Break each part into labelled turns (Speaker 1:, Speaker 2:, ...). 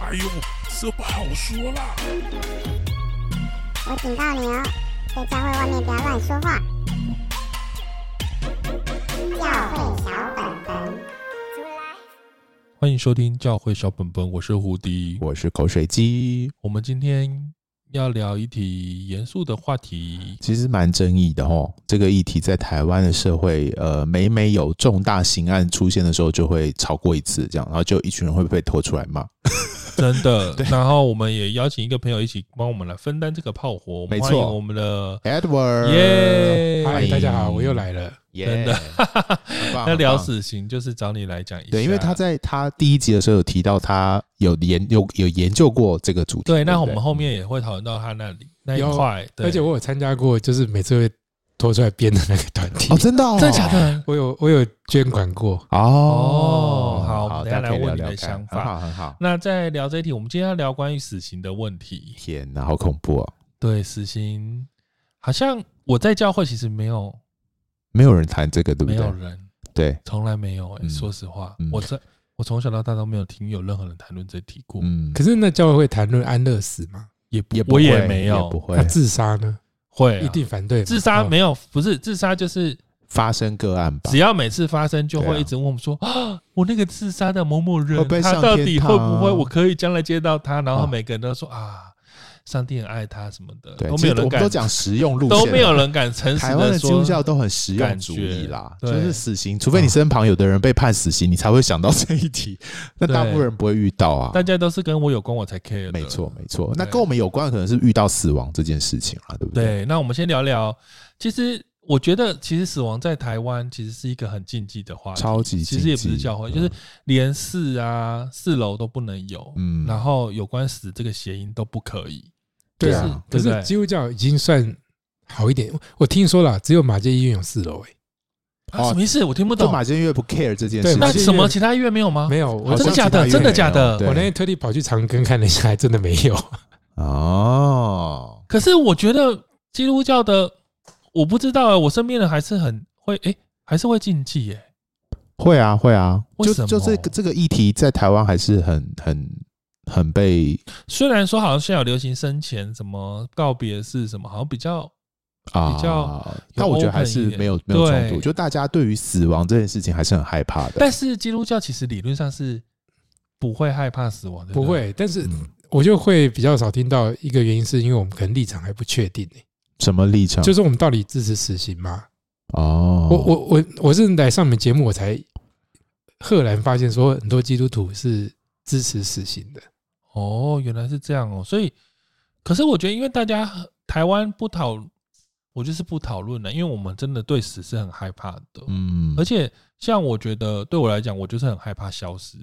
Speaker 1: 哎呦，这不好说啦。
Speaker 2: 我警告你哦，在教会外面不要乱说话。教会小本本，
Speaker 1: 欢迎收听教会小本本，我是胡迪。
Speaker 3: 我是口水鸡，
Speaker 1: 我们今天要聊一题严肃的话题，
Speaker 3: 其实蛮争议的哦。这个议题在台湾的社会，呃，每每有重大刑案出现的时候，就会吵过一次，这样，然后就一群人会被拖出来骂。
Speaker 1: 真 的。然后我们也邀请一个朋友一起帮我们来分担这个炮火，我们
Speaker 3: 没错呃
Speaker 1: 欢迎我们的
Speaker 3: Edward，
Speaker 1: 耶
Speaker 3: 欢
Speaker 4: 嗨，
Speaker 3: 迎
Speaker 4: 大家好，我又来了。
Speaker 3: 耶
Speaker 1: 真的
Speaker 3: 很棒
Speaker 1: 那聊。
Speaker 3: 很棒
Speaker 1: 死刑，就是找你来讲一下。
Speaker 3: 对，因为他在他第一集的时候有提到，他有研有有研究过这个主题。
Speaker 1: 对，那
Speaker 3: 不
Speaker 1: 我们后面也会讨论到他那里那一
Speaker 4: 有
Speaker 1: 块，对
Speaker 4: 而且我有参加过，就是每次会拖出来编的那个团体
Speaker 3: 哦，，真的、哦，
Speaker 1: 真的假？的？
Speaker 4: 我有我有捐款过。
Speaker 3: 哦
Speaker 1: 哦，好
Speaker 3: 好，
Speaker 1: 等一下
Speaker 3: 大家可以
Speaker 1: 来问
Speaker 3: 聊
Speaker 1: 你的
Speaker 3: 聊看
Speaker 1: 想
Speaker 3: 很
Speaker 1: 法
Speaker 3: 好，很好。
Speaker 1: 那在聊这一题，我们今天要聊关于死刑的问题。
Speaker 3: 天哪，好恐怖哦！
Speaker 1: 对，死刑好像我在教会其实没有
Speaker 3: 没有人谈这个，对不
Speaker 1: 没有
Speaker 3: 对？
Speaker 1: 人，
Speaker 3: 对，
Speaker 1: 从来没有、欸。
Speaker 3: 嗯
Speaker 1: 说实话，
Speaker 3: 嗯
Speaker 1: 我在我从小到大都没有听有任何人谈论这题过，
Speaker 3: 嗯，
Speaker 4: 可是那教会会谈论安乐死吗？
Speaker 1: 也不
Speaker 3: 也不
Speaker 1: 我
Speaker 3: 会
Speaker 1: 也没有
Speaker 3: 不会
Speaker 4: 那自杀呢？
Speaker 1: 会啊、
Speaker 4: 一定反对吗。
Speaker 1: 自杀
Speaker 4: 哦
Speaker 1: 没有，不是自杀就是
Speaker 3: 发生个案吧
Speaker 1: 只？要每次发生，就
Speaker 3: 对
Speaker 1: 会
Speaker 3: 啊
Speaker 1: 一直问我们说：“啊，我那个自杀的某某人，
Speaker 3: 会不会
Speaker 1: 他
Speaker 3: 上啊
Speaker 1: 到
Speaker 3: 天
Speaker 1: 底
Speaker 3: 堂
Speaker 1: 会不会？我可以将来接到他？”然后
Speaker 3: 哦
Speaker 1: 每个人都说：“啊，上帝很爱他什么的。”
Speaker 3: 对，
Speaker 1: 都
Speaker 3: 其
Speaker 1: 没有
Speaker 3: 实
Speaker 1: 人
Speaker 3: 我们
Speaker 1: 敢
Speaker 3: 都，讲实用路线，啊
Speaker 1: 都没有。人敢诚实
Speaker 3: 台湾
Speaker 1: 的
Speaker 3: 的基督
Speaker 1: 说。
Speaker 3: 教都很实用主义啦，
Speaker 1: 感
Speaker 3: 就
Speaker 1: 觉对
Speaker 3: 是死刑，除非你身旁有的人被判死刑，你才会想到这一题。那大部分人不会遇到啊
Speaker 1: 大，家都是跟我有关，我才 care 的。
Speaker 3: 没错没错。
Speaker 1: 对
Speaker 3: 那跟我们有关的可能是遇到死亡这件事情啊啦，对不对？
Speaker 1: 对，那我们先聊聊。其实我觉得，其实死亡在台湾其实是一个很禁忌的话题，
Speaker 3: 超级
Speaker 1: 其实也不
Speaker 3: 禁
Speaker 1: 是
Speaker 3: 忌
Speaker 1: 教会，
Speaker 3: 嗯
Speaker 1: 就是连四啊四楼都不能有，
Speaker 3: 嗯
Speaker 1: 然后有关死这个谐音都不可以。
Speaker 4: 对
Speaker 3: 对
Speaker 4: 啊
Speaker 3: 啊，
Speaker 4: 可
Speaker 1: 对不对
Speaker 4: 是基督教已经算好一点。我我听说了，只有马街医院有四楼，哎，
Speaker 1: 啊，
Speaker 3: 哦
Speaker 1: 什么意思？我听不
Speaker 3: 就
Speaker 1: 懂。
Speaker 3: 马建岳不 care 这件事
Speaker 4: 对
Speaker 1: 那
Speaker 4: 马
Speaker 3: 情，
Speaker 1: 什么其他医院没有吗？
Speaker 4: 没有。
Speaker 3: 好
Speaker 4: 我
Speaker 1: 啊真
Speaker 3: 像
Speaker 1: 的假的？
Speaker 3: 其他医院
Speaker 1: 真的假的
Speaker 3: 没？有
Speaker 4: 我那天特地跑去长庚看了一下，还真的没有。
Speaker 3: 哦，
Speaker 1: 可是我觉得基督教的，我不知道啊，我身边人还是很会，诶，还是会禁忌耶、
Speaker 3: 会啊会啊，
Speaker 1: 为
Speaker 3: 就
Speaker 1: 什么
Speaker 3: 就这个这个议题在台湾还是很很很被
Speaker 1: 虽然说好像现在有流行生前什么告别式什么，好像比较
Speaker 3: 啊，
Speaker 1: 比较
Speaker 3: 但我觉得还
Speaker 1: open 一
Speaker 3: 是
Speaker 1: 点
Speaker 3: 没有没有冲
Speaker 1: 对
Speaker 3: 突，就大家对于死亡这件事情还是很害怕的。
Speaker 1: 但是基督教其实理论上是不会害怕死亡的，
Speaker 4: 不会，但是
Speaker 3: 嗯
Speaker 4: 我就会比较少听到一个原因，是因为我们可能立场还不确定、欸，
Speaker 3: 什么
Speaker 1: 啊
Speaker 3: 立场？
Speaker 4: 就是我们到底支持死刑吗？
Speaker 3: 哦，
Speaker 4: 我我我我是来上你们节目，我才赫然发现说，很多基督徒是支持死刑的。
Speaker 1: 哦，原来是这样哦。所以，可是我觉得，因为大家台湾不讨，我就是不讨论了，因为我们真的对死是很害怕的。
Speaker 3: 嗯
Speaker 1: 而且，像我觉得对我来讲，我就是很害怕消失，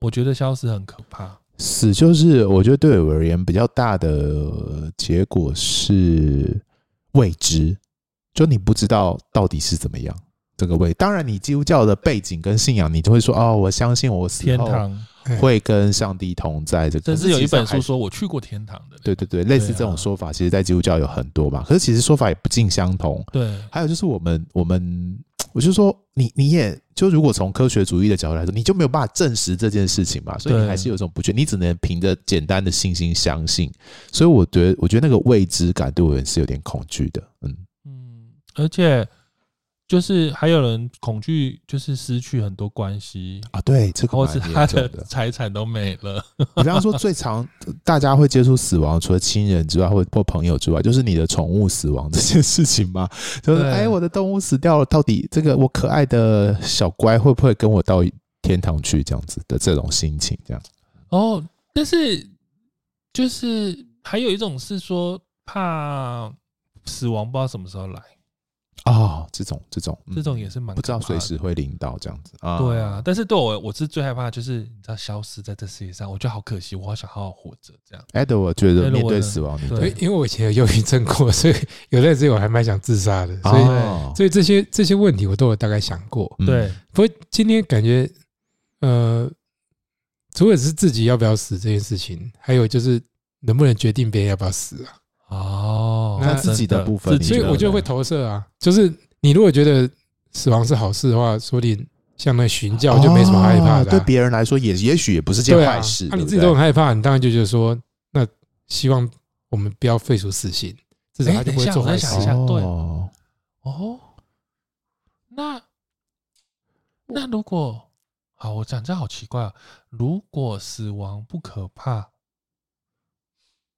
Speaker 1: 我觉得消失很可怕。
Speaker 3: 死就是我觉得对我而言比较大的结果是未知，就你不知道到底是怎么样。这个未，当然你基督教的背景跟信仰，你就会说哦，我相信我死
Speaker 1: 天
Speaker 3: 后
Speaker 1: 堂，
Speaker 3: 会跟上帝同在。这
Speaker 1: 甚
Speaker 3: 个
Speaker 1: 至有一本书
Speaker 3: 说。
Speaker 1: 说我去过天堂的。
Speaker 3: 对对对，类似
Speaker 1: 对啊
Speaker 3: 这种说法，其实在基督教有很多嘛。可是其实说法也不尽相同。
Speaker 1: 对
Speaker 3: 还有就是我们我们，我就说你你也就如果从科学主义的角度来说，你就没有办法证实这件事情嘛，所以
Speaker 1: 对
Speaker 3: 你还是有一种不确，你只能凭着简单的信心相信。所以我觉得，我觉得那个未知感对我也是有点恐惧的。嗯，
Speaker 1: 嗯，而且就是还有人恐惧，就是失去很多关系，
Speaker 3: 啊，对，这个
Speaker 1: 或
Speaker 3: 蛮
Speaker 1: 是
Speaker 3: 严
Speaker 1: 他
Speaker 3: 重
Speaker 1: 的
Speaker 3: 的。
Speaker 1: 财产都没了。
Speaker 3: 比方说，最常大家会接触死亡，除了亲人之外，或或朋友之外，就是你的宠物死亡这件事情嘛。就是
Speaker 1: 对
Speaker 3: 哎，我的动物死掉了，到底这个我可爱的小乖会不会跟我到天堂去？这样子的这种心情，这样
Speaker 1: 哦，但是就是还有一种是说怕死亡不知道什么时候来，
Speaker 3: 哦，这种这种、嗯
Speaker 1: 这种也是蛮
Speaker 3: 不知道
Speaker 1: 可怕
Speaker 3: 随
Speaker 1: 的。
Speaker 3: 时会临到这样子啊。
Speaker 1: 对啊，，但是对我我是最害怕的就是你知道消失在这世界上，我觉得好可惜，我好想好好活着这样。
Speaker 3: 艾德，我觉
Speaker 1: Edward
Speaker 3: 得面对死亡，你
Speaker 1: 对
Speaker 4: 因为因为我以前有忧郁症过， 所以有段时间我还蛮想自杀的，所以、
Speaker 3: 哦
Speaker 4: 所以这些这些问题我都有大概想过。
Speaker 3: 嗯
Speaker 1: 对，
Speaker 4: 不过今天感觉，呃，除了是自己要不要死这件事情，还有就是能不能决定别人要不要死啊？
Speaker 1: 哦，
Speaker 4: 那
Speaker 3: 自己的
Speaker 1: 真
Speaker 3: 部分
Speaker 1: 自己
Speaker 4: 所以
Speaker 1: 的
Speaker 4: 我就会投射啊，就是你如果觉得死亡是好事的话，说不定像那寻教就没什么害怕
Speaker 3: 哦
Speaker 4: 的啊、
Speaker 3: 对别人来说也也许也不是件
Speaker 4: 对啊
Speaker 3: 坏事。
Speaker 4: 那、你
Speaker 3: 对不
Speaker 4: 自己
Speaker 3: 对
Speaker 4: 都很害怕，你当然就觉得说，那希望我们不要废除死 刑，至少
Speaker 1: 哎
Speaker 4: 他就
Speaker 1: 等一
Speaker 4: 不会
Speaker 1: 下
Speaker 4: 做
Speaker 1: 我在
Speaker 4: 坏事
Speaker 1: 想。一下对
Speaker 3: 哦
Speaker 1: 哦，那那如果好，我讲这好奇怪啊。如果死亡不可怕，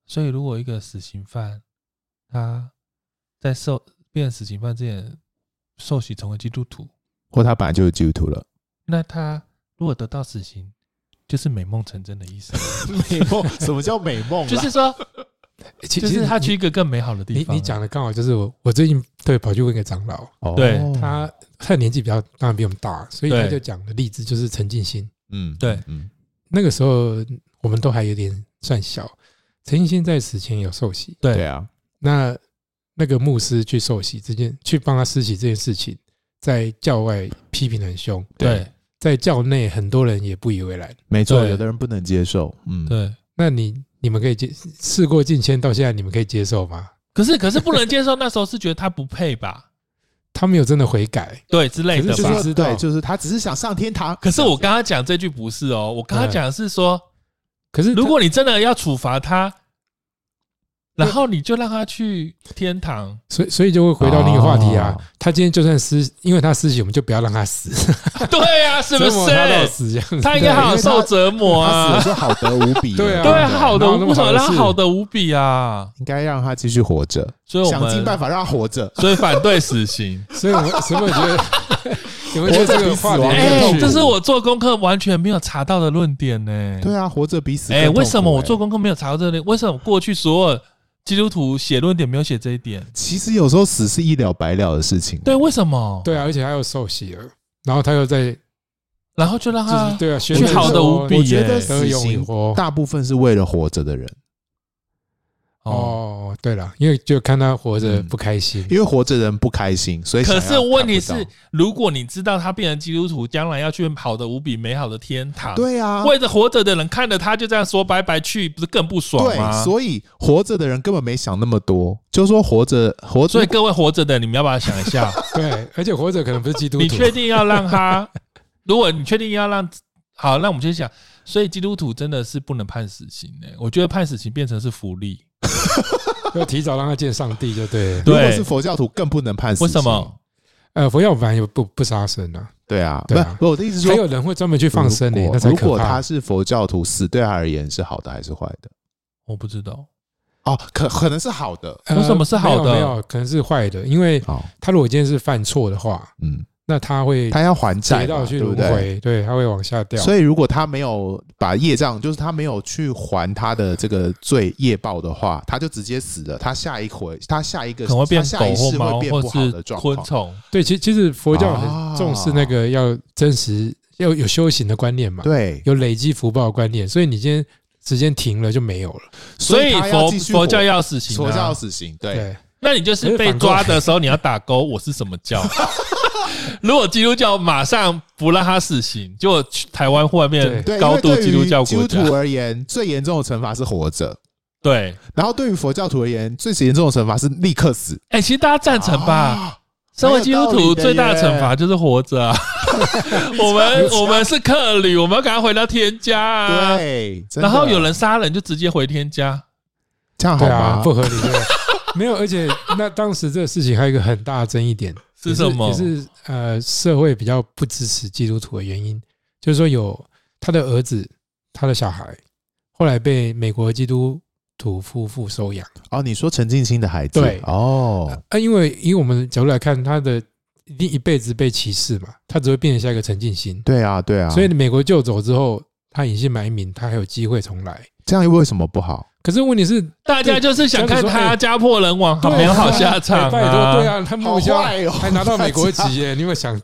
Speaker 1: 所以如果一个死刑犯他在受变死刑犯之前受洗成为基督徒，
Speaker 3: 或他本来就是基督徒了，
Speaker 1: 那他如果得到死刑，就是美梦成真的意思，
Speaker 3: 美梦？什么叫美梦啦？
Speaker 1: 就是说，
Speaker 4: 欸其
Speaker 1: 就
Speaker 4: 其
Speaker 1: 是
Speaker 4: 实
Speaker 1: 他
Speaker 4: 你
Speaker 1: 去一个更美好的地
Speaker 4: 你
Speaker 1: 方。啊
Speaker 4: 你讲的刚好就是我，我最近对跑去问一个长老，
Speaker 3: 哦
Speaker 1: 对
Speaker 4: 他
Speaker 1: 嗯
Speaker 4: 他的年纪比较当然比我们大，所以
Speaker 1: 对
Speaker 4: 他就讲的例子就是陈进兴。
Speaker 3: 嗯
Speaker 1: 对
Speaker 3: 嗯
Speaker 4: 那个时候我们都还有点算小，陈进兴在死前有受洗，
Speaker 1: 对
Speaker 3: 对啊
Speaker 4: 那那个牧师去受洗这件，去帮他施洗这件事情，在教外批评得很凶，
Speaker 1: 对
Speaker 4: 在教内很多人也不以为然。
Speaker 3: 没错，
Speaker 1: 对
Speaker 3: 有的人不能接受，嗯
Speaker 1: 对，
Speaker 4: 那你你们可以接事过境迁到现在，你们可以接受吗？
Speaker 1: 可是可是不能接受，那时候是觉得他不配吧？
Speaker 4: 他没有真的悔改，
Speaker 1: 对之类的吧？
Speaker 3: 就是
Speaker 4: 谁
Speaker 3: 说
Speaker 4: 知道
Speaker 3: 对，就是他只是想上天堂。
Speaker 1: 可是我刚刚讲这句不是哦，我刚刚讲的是说，
Speaker 4: 可是他啊
Speaker 1: 如果你真的要处罚他，然后你就让他去天堂，
Speaker 4: 所以所以就会回到那个话题啊
Speaker 3: 哦，
Speaker 4: 他今天就算失，因为他失血，我们就不要让 他死，
Speaker 1: 对呀、啊，是不
Speaker 4: 折磨他到
Speaker 1: 是？
Speaker 4: 死这样子。
Speaker 1: 他应该好好受折磨
Speaker 3: 他
Speaker 1: 啊
Speaker 3: 死，了是好得无比的，
Speaker 4: 对啊
Speaker 1: 对啊，好的
Speaker 4: 哪有那
Speaker 1: 为
Speaker 4: 么
Speaker 1: 什
Speaker 4: 好
Speaker 1: 么
Speaker 4: 的
Speaker 1: 让他
Speaker 4: 事。
Speaker 1: 好的无比啊？
Speaker 3: 应该让他继续活着，
Speaker 1: 所以我
Speaker 3: 想
Speaker 1: 们
Speaker 3: 尽办法让他活着。
Speaker 1: 所以反对死刑
Speaker 4: 所以我们所以我 觉得，有没有觉得这个话题
Speaker 3: 活着比死亡
Speaker 4: 很有
Speaker 1: 哎、
Speaker 4: 趣
Speaker 1: 这是我做功课完全没有查到的论点呢、
Speaker 3: 对啊，活着比死
Speaker 1: 哎、
Speaker 3: 更痛苦。
Speaker 1: 为什么我做功课没有查到这里？为什么过去所有基督徒写论点没有写这一点？
Speaker 3: 其实有时候死是一了百了的事情。
Speaker 1: 对，为什么？，
Speaker 4: 对啊，而且他又受洗了，然后他又在
Speaker 1: 然后就让
Speaker 4: 就
Speaker 1: 他
Speaker 4: 是对啊，宣
Speaker 1: 去
Speaker 4: 称
Speaker 1: 好的
Speaker 4: 说
Speaker 1: 无比哦
Speaker 3: 我觉
Speaker 1: 耶、
Speaker 3: 得
Speaker 4: 得
Speaker 3: 死
Speaker 4: 永
Speaker 3: 刑
Speaker 4: 永活。
Speaker 3: 大部分是为了活着的人，
Speaker 1: 哦，
Speaker 4: 哦，对了，因为就看他活
Speaker 3: 嗯
Speaker 4: 着
Speaker 3: 啊
Speaker 4: 不开心，
Speaker 3: 因为活着的人不开心，所以想
Speaker 1: 可
Speaker 3: 要
Speaker 1: 是问题
Speaker 3: 啊看
Speaker 1: 是
Speaker 3: 不，
Speaker 1: 如果你知道他变成基督徒，将来要去好的无比美好的天堂，
Speaker 3: 到，对啊，
Speaker 1: 为着活着的人看着他就这样说拜拜去，不是更不爽吗？
Speaker 3: 对，所以活着的人根本没想那么多，就说活着活
Speaker 1: 所以
Speaker 3: 着
Speaker 1: 各位活着的，你们要不要想一 下？
Speaker 4: 对，而且活着可能不是基督
Speaker 1: 你
Speaker 4: 徒，
Speaker 1: 确定要让他？如果你确定要让好，那我们先想，所以基督徒真的是不能判死刑诶、我觉得判死刑变成是福利，
Speaker 4: 要提早让他见上帝就对了。
Speaker 3: 如果
Speaker 1: 对
Speaker 3: 是佛教徒更不能判死刑。
Speaker 1: 为什么？
Speaker 4: 呃，佛教反正有不不杀生啊，
Speaker 3: 对啊，
Speaker 4: 对啊
Speaker 3: 不，不我的意思是
Speaker 4: 还有
Speaker 3: 说，
Speaker 4: 人会专门去放生呢
Speaker 3: 如，
Speaker 4: 那
Speaker 3: 果
Speaker 4: 才
Speaker 3: 如
Speaker 4: 可
Speaker 3: 果他
Speaker 4: 怕。
Speaker 3: 是佛教徒，死对他而言是好的还是坏的？
Speaker 1: 我不知道。
Speaker 3: 哦，可可能是好的。
Speaker 4: 呃
Speaker 1: 为什么是好的
Speaker 4: 没有没有，可能是坏的，因为
Speaker 3: 哦，
Speaker 4: 他如果今天是犯错的话，
Speaker 3: 嗯，
Speaker 4: 那他会
Speaker 3: 他要还
Speaker 4: 跌
Speaker 3: 债嘛，
Speaker 4: 到去
Speaker 3: 对
Speaker 4: 轮
Speaker 3: 不对？
Speaker 4: 回，对，啊他会往下掉。
Speaker 3: 所以，如果他没有把业障，就是他没有去还他的这个罪业报的话，他就直接死了。他下一回，他下一个
Speaker 1: 可能会变
Speaker 3: 他下
Speaker 1: 狗
Speaker 3: 一
Speaker 1: 或
Speaker 3: 世会
Speaker 1: 猫，
Speaker 3: 变
Speaker 1: 或
Speaker 3: 不好的
Speaker 1: 是
Speaker 3: 状
Speaker 1: 昆
Speaker 3: 况。
Speaker 1: 虫。
Speaker 4: 对，其其实佛教
Speaker 3: 啊
Speaker 4: 很重视那个要真实，要有修行的观念嘛，
Speaker 3: 对，
Speaker 4: 有累积福报的观念，所以你今天时间停了就没有了。
Speaker 1: 所以
Speaker 3: 他要
Speaker 1: 佛
Speaker 3: 继续
Speaker 1: 佛
Speaker 3: 活
Speaker 1: 教要死刑、啊，
Speaker 3: 佛教死刑，对，
Speaker 4: 对，
Speaker 1: 那你就是被抓的时候，你要打勾，我是什么教？ 如果基督教马上不让他死刑，结果台湾忽然变
Speaker 3: 对，
Speaker 1: 高
Speaker 3: 因
Speaker 1: 度
Speaker 3: 为对于
Speaker 1: 基督教
Speaker 3: 基
Speaker 1: 国
Speaker 3: 督
Speaker 1: 家，
Speaker 3: 徒啊而言，最严重的惩罚是活着，
Speaker 1: 对，
Speaker 3: 然后对于佛教徒而言，最严重的惩罚是立刻死。
Speaker 1: 哎、其实大家赞成吧。
Speaker 3: 啊
Speaker 1: 身为基督
Speaker 3: 蛮有
Speaker 1: 徒
Speaker 3: 道理的
Speaker 1: 最大的
Speaker 3: 耶
Speaker 1: 惩罚就是活着 啊！我们我们是客旅，我们要赶快回到天家啊！
Speaker 3: 对，真的
Speaker 1: 然后有人杀人就直接回天家，
Speaker 3: 这样好
Speaker 4: 对啊
Speaker 3: 吗，？
Speaker 4: 不合理。对， 没有，而且那当时这个事情还有一个很大的争议点
Speaker 1: 是什么
Speaker 4: 也是也是呃，社会比较不支持基督徒的原因，就是说有他的儿子，他的小孩，后来被美国基督徒夫妇收养。
Speaker 3: 哦，你说陈静心的孩子，
Speaker 4: 对
Speaker 3: 哦，
Speaker 4: 啊，因为以我们的角度来看，他的一定一辈子被歧视嘛，他只会变成下一个陈进兴。
Speaker 3: 对啊，对啊，
Speaker 4: 所以美国救走之后，他隐姓埋名，他还有机会重来。
Speaker 3: 这样又为什么不好？
Speaker 4: 可是问题是，
Speaker 1: 大家就是想看
Speaker 4: 这样子说
Speaker 1: 他
Speaker 4: 哎
Speaker 1: 家破人亡，好
Speaker 4: 对
Speaker 1: 哦没有好下场
Speaker 4: 哎拜托，对
Speaker 1: 啊！
Speaker 4: 啊，他目标
Speaker 3: 好坏哦
Speaker 4: 还拿到美国籍耶，你有没有想？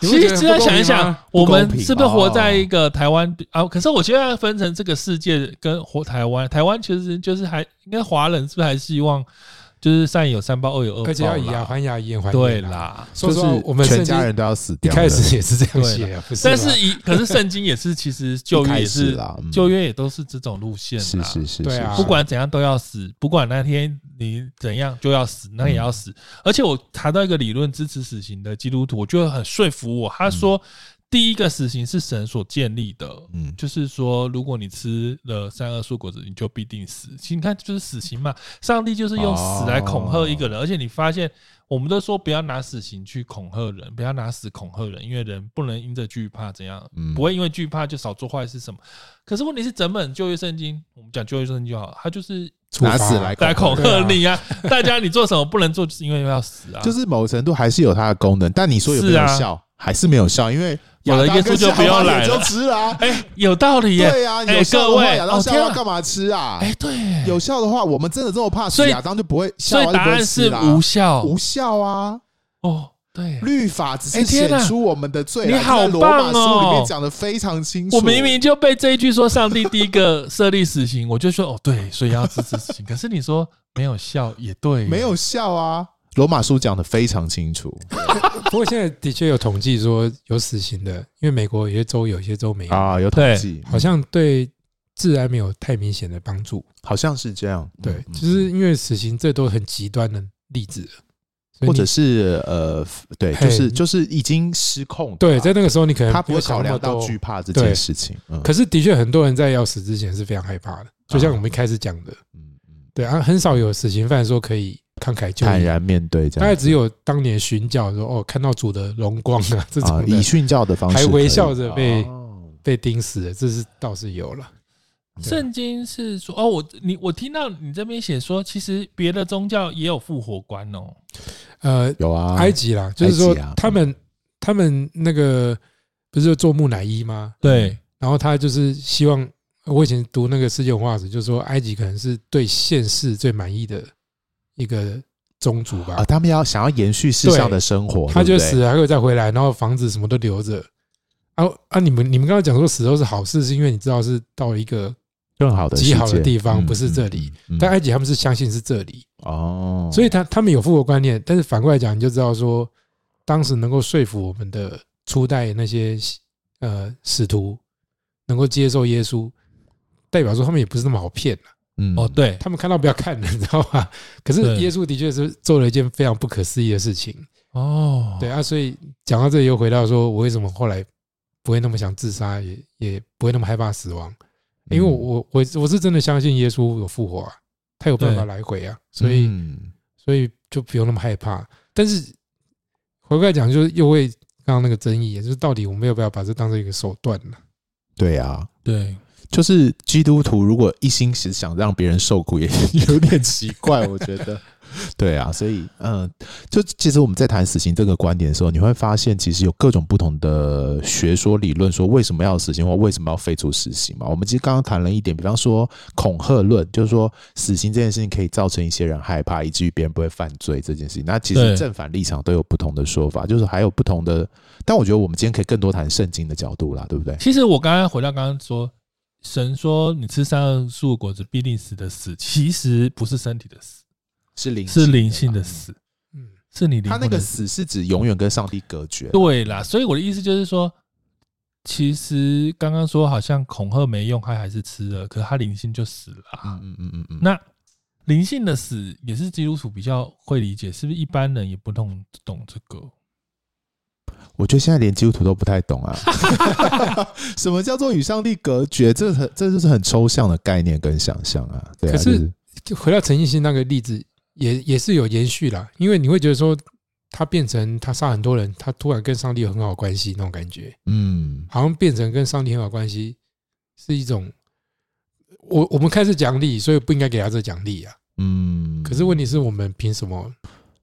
Speaker 4: 你
Speaker 1: 其
Speaker 4: 会
Speaker 1: 实
Speaker 4: 觉得
Speaker 1: 只要
Speaker 4: 不公
Speaker 1: 想一
Speaker 4: 平
Speaker 1: 想
Speaker 4: 吗，
Speaker 1: 我们
Speaker 3: 不公平
Speaker 1: 是不是活在一个台湾啊？可是我觉得分成这个世界跟活台湾，台湾其实就是还应该华人是不是还希望就是善有善报，恶有恶报啦，
Speaker 4: 而且要以牙还牙，以眼还眼。啊
Speaker 1: 对，啦。
Speaker 4: 说实话
Speaker 3: 就是，
Speaker 4: 我们
Speaker 3: 全
Speaker 4: 圣
Speaker 3: 家
Speaker 4: 经
Speaker 3: 人都要死
Speaker 4: 一
Speaker 3: 掉了，嗯
Speaker 4: 开始也是这样写啊，不是吗？
Speaker 1: 但是以可是圣经也是，其实旧
Speaker 3: 一
Speaker 1: 约
Speaker 3: 开
Speaker 1: 也
Speaker 3: 始
Speaker 1: 是
Speaker 3: 啦，嗯
Speaker 1: 旧约也都是这种路线啦，
Speaker 3: 是是是，
Speaker 4: 对啊
Speaker 3: 是
Speaker 1: 不管怎样都要死，不管那天你怎样就要死，那也要
Speaker 3: 嗯
Speaker 1: 死。而且我查到一个理论支持死刑的基督徒，我觉得很说服我。他说，第一个死刑是神所建立的，
Speaker 3: 嗯，
Speaker 1: 就是说，如果你吃了三恶树果子，你就必定死。其实你看，就是死刑嘛，上帝就是用
Speaker 3: 哦
Speaker 1: 死来恐吓一个人。而且你发现，我们都说不要拿死刑去恐吓人，不要拿死恐吓人，因为人不能因着惧怕怎样，
Speaker 3: 嗯
Speaker 1: 不会因为惧怕就少做坏事什么。可是问题是，整本旧约圣经，我们讲旧约圣经就好，它就是
Speaker 4: 处
Speaker 3: 拿
Speaker 4: 罚
Speaker 3: 死来
Speaker 1: 来恐吓
Speaker 4: 对啊
Speaker 1: 你啊！大家你做什么不能做，就是因为要死啊！
Speaker 3: 就是某程度还是有它的功能，但你说有没
Speaker 1: 是
Speaker 3: 有
Speaker 1: 啊
Speaker 3: 效，还是没有效，因为
Speaker 1: 有了
Speaker 3: 亚当
Speaker 1: 耶稣
Speaker 3: 跟
Speaker 1: 就
Speaker 3: 夏
Speaker 1: 不要
Speaker 3: 娃也
Speaker 1: 来
Speaker 3: 就
Speaker 1: 了
Speaker 3: 吃了啊。
Speaker 1: 哎、有道理耶！
Speaker 3: 对啊，
Speaker 1: 哎
Speaker 3: 有效的
Speaker 1: 各
Speaker 3: 话，
Speaker 1: 位
Speaker 3: 亚当
Speaker 1: 哦
Speaker 3: 夏
Speaker 1: 天
Speaker 3: 娃
Speaker 1: 啊
Speaker 3: 干嘛吃啊？
Speaker 1: 哎、对耶，
Speaker 3: 有效的话，我们真的这么怕
Speaker 1: 所
Speaker 3: 死，
Speaker 1: 以
Speaker 3: 亚当就不会，夏
Speaker 1: 所以
Speaker 3: 娃就
Speaker 1: 答
Speaker 3: 不会
Speaker 1: 案
Speaker 3: 吃
Speaker 1: 是
Speaker 3: 啦
Speaker 1: 无效，
Speaker 3: 无效啊。
Speaker 1: 哦，对耶。
Speaker 3: 律法只是
Speaker 1: 哎天
Speaker 3: 显
Speaker 1: 哪
Speaker 3: 出我们的罪
Speaker 1: 你
Speaker 3: 来，这在
Speaker 1: 好
Speaker 3: 罗
Speaker 1: 棒
Speaker 3: 马书里面
Speaker 1: 哦
Speaker 3: 讲的非常清楚。
Speaker 1: 我明明就被这一句说上帝第一个设立死刑，我就说哦对，所以要支持死刑。可 是你说没有效也对，
Speaker 3: 没有效啊，罗马书讲的非常清楚
Speaker 4: 不过现在的确有统计说有死刑的，因为美国有些州有些州没有，
Speaker 1: 哎
Speaker 3: 啊，有统计，
Speaker 4: 好像对治安没有太明显的帮助。
Speaker 3: 好像是这样。
Speaker 4: 对
Speaker 3: 嗯，嗯
Speaker 4: 就是因为死刑这都很极端的例子了，所以
Speaker 3: 或
Speaker 4: 你
Speaker 3: 者是呃，对，
Speaker 4: 嘿
Speaker 3: 就是
Speaker 4: 你
Speaker 3: 就是已经失控了。
Speaker 4: 对，在那个时候你可能
Speaker 3: 他不会
Speaker 4: 有想
Speaker 3: 考
Speaker 4: 那
Speaker 3: 量
Speaker 4: 么
Speaker 3: 到
Speaker 4: 多
Speaker 3: 惧怕这
Speaker 4: 对
Speaker 3: 件事情。嗯
Speaker 4: 可是的确很多人在要死之前是非常害怕
Speaker 3: 啊
Speaker 4: 的，就像我们一开始讲的，
Speaker 3: 嗯嗯
Speaker 4: 对啊，很少有死刑犯说可以慷慨就
Speaker 3: 坦
Speaker 4: 义，
Speaker 3: 然面对这
Speaker 4: 大
Speaker 3: 样
Speaker 4: 概
Speaker 3: 子，
Speaker 4: 只有当年寻教说哦，看到主的荣光啊这
Speaker 3: 啊
Speaker 4: 种的
Speaker 3: 以训教的方式
Speaker 4: 还
Speaker 3: 可以，
Speaker 4: 微笑着被
Speaker 3: 哦
Speaker 4: 被钉死的，这是倒是有了。
Speaker 1: 圣经是说哦，我你我听到你这边写说，其实别的宗教也有复活观哦。
Speaker 4: 呃，
Speaker 3: 有啊，
Speaker 4: 埃及啦，就是说
Speaker 3: 埃及啊
Speaker 4: 他们他们那个不是做木乃伊吗？
Speaker 1: 对，
Speaker 4: 然后他就是希望，我以前读那个世界文化史，就是说埃及可能是对现世最满意的一个宗族吧
Speaker 3: 啊，。他们要想要延续世上的生活，
Speaker 4: 他
Speaker 3: 对
Speaker 4: 就
Speaker 3: 不对
Speaker 4: 死了还会再回来，然后房子什么都留着。啊啊！你们你们刚刚讲说死都是好事，是因为你知道是到一个，
Speaker 3: 更好的
Speaker 4: 极好的
Speaker 3: 世界
Speaker 4: 地方
Speaker 3: 嗯
Speaker 4: 不是这里
Speaker 3: 嗯嗯嗯
Speaker 4: 但埃及他们是相信是这里，
Speaker 3: 哦，
Speaker 4: 所以他他们有复活观念，但是反过来讲，你就知道说，当时能够说服我们的初代那些呃使徒能够接受耶稣，代表说他们也不是那么好骗啊
Speaker 3: 嗯
Speaker 1: 哦，对，
Speaker 4: 他们看到不要看的，你知道吧？ 可是
Speaker 1: 对
Speaker 4: 耶稣的确是做了一件非常不可思议的事情，
Speaker 3: 嗯
Speaker 1: 哦，
Speaker 4: 对啊，所以讲到这里又回到说我为什么后来不会那么想自杀，也也不会那么害怕死亡，
Speaker 1: 嗯
Speaker 4: 因为我我我我是真的相信耶稣有复活啊，他有办法
Speaker 1: 对
Speaker 4: 来回啊，所以。
Speaker 3: 嗯
Speaker 4: 所以就不用那么害怕。但是回过来讲，就是又会刚刚那个争议，就是到底我们要不要把这当成一个手段呢？
Speaker 3: 对啊，
Speaker 1: 对，
Speaker 3: 就是基督徒如果一心只想让别人受苦， 也有点奇怪，我觉 得。对啊，所以嗯，就其实我们在谈死刑这个观点的时候，你会发现其实有各种不同的学说理论，说为什么要有死刑或为什么要废除死刑嘛。我们其实刚刚谈了一点，比方说恐吓论，就是说死刑这件事情可以造成一些人害怕，以至于别人不会犯罪这件事情。那其实
Speaker 1: 对
Speaker 3: 正反立场都有不同的说法，就是还有不同的。但我觉得我们今天可以更多谈圣经的角度啦，对不对？
Speaker 1: 其实我刚刚回到刚刚说，神说你吃三恶树果子必定死的死，其实不是身体的死，
Speaker 3: 是灵
Speaker 1: 是灵性
Speaker 3: 嘛
Speaker 1: 的死，
Speaker 4: 嗯，
Speaker 1: 是你灵
Speaker 3: 他
Speaker 1: 魂
Speaker 3: 那个
Speaker 1: 的死。
Speaker 3: 死是指永远跟上帝隔绝。
Speaker 1: 对啦，所以我的意思就是说，其实刚刚说好像恐吓没用，他还是吃了，可是他灵性就死了啊、
Speaker 3: 嗯嗯嗯嗯嗯。
Speaker 1: 那灵性的死也是基督徒比较会理解，是不是一般人也不懂懂这个？
Speaker 3: 我觉得现在连基督徒都不太懂 啊，什么叫做与上帝隔绝？这很这就是很抽象的概念跟想象啊。对啊，
Speaker 4: 可是
Speaker 3: 就是
Speaker 4: 就回到陈奕迅那个例子，也也是有延续啦，因为你会觉得说。他变成他杀很多人，他突然跟上帝有很好的关系那种感觉，
Speaker 3: 嗯，
Speaker 4: 好像变成跟上帝很好的关系是一种，我我们开始奖励，所以不应该给他这奖励啊。
Speaker 3: 嗯，
Speaker 4: 可是问题是我们凭什么？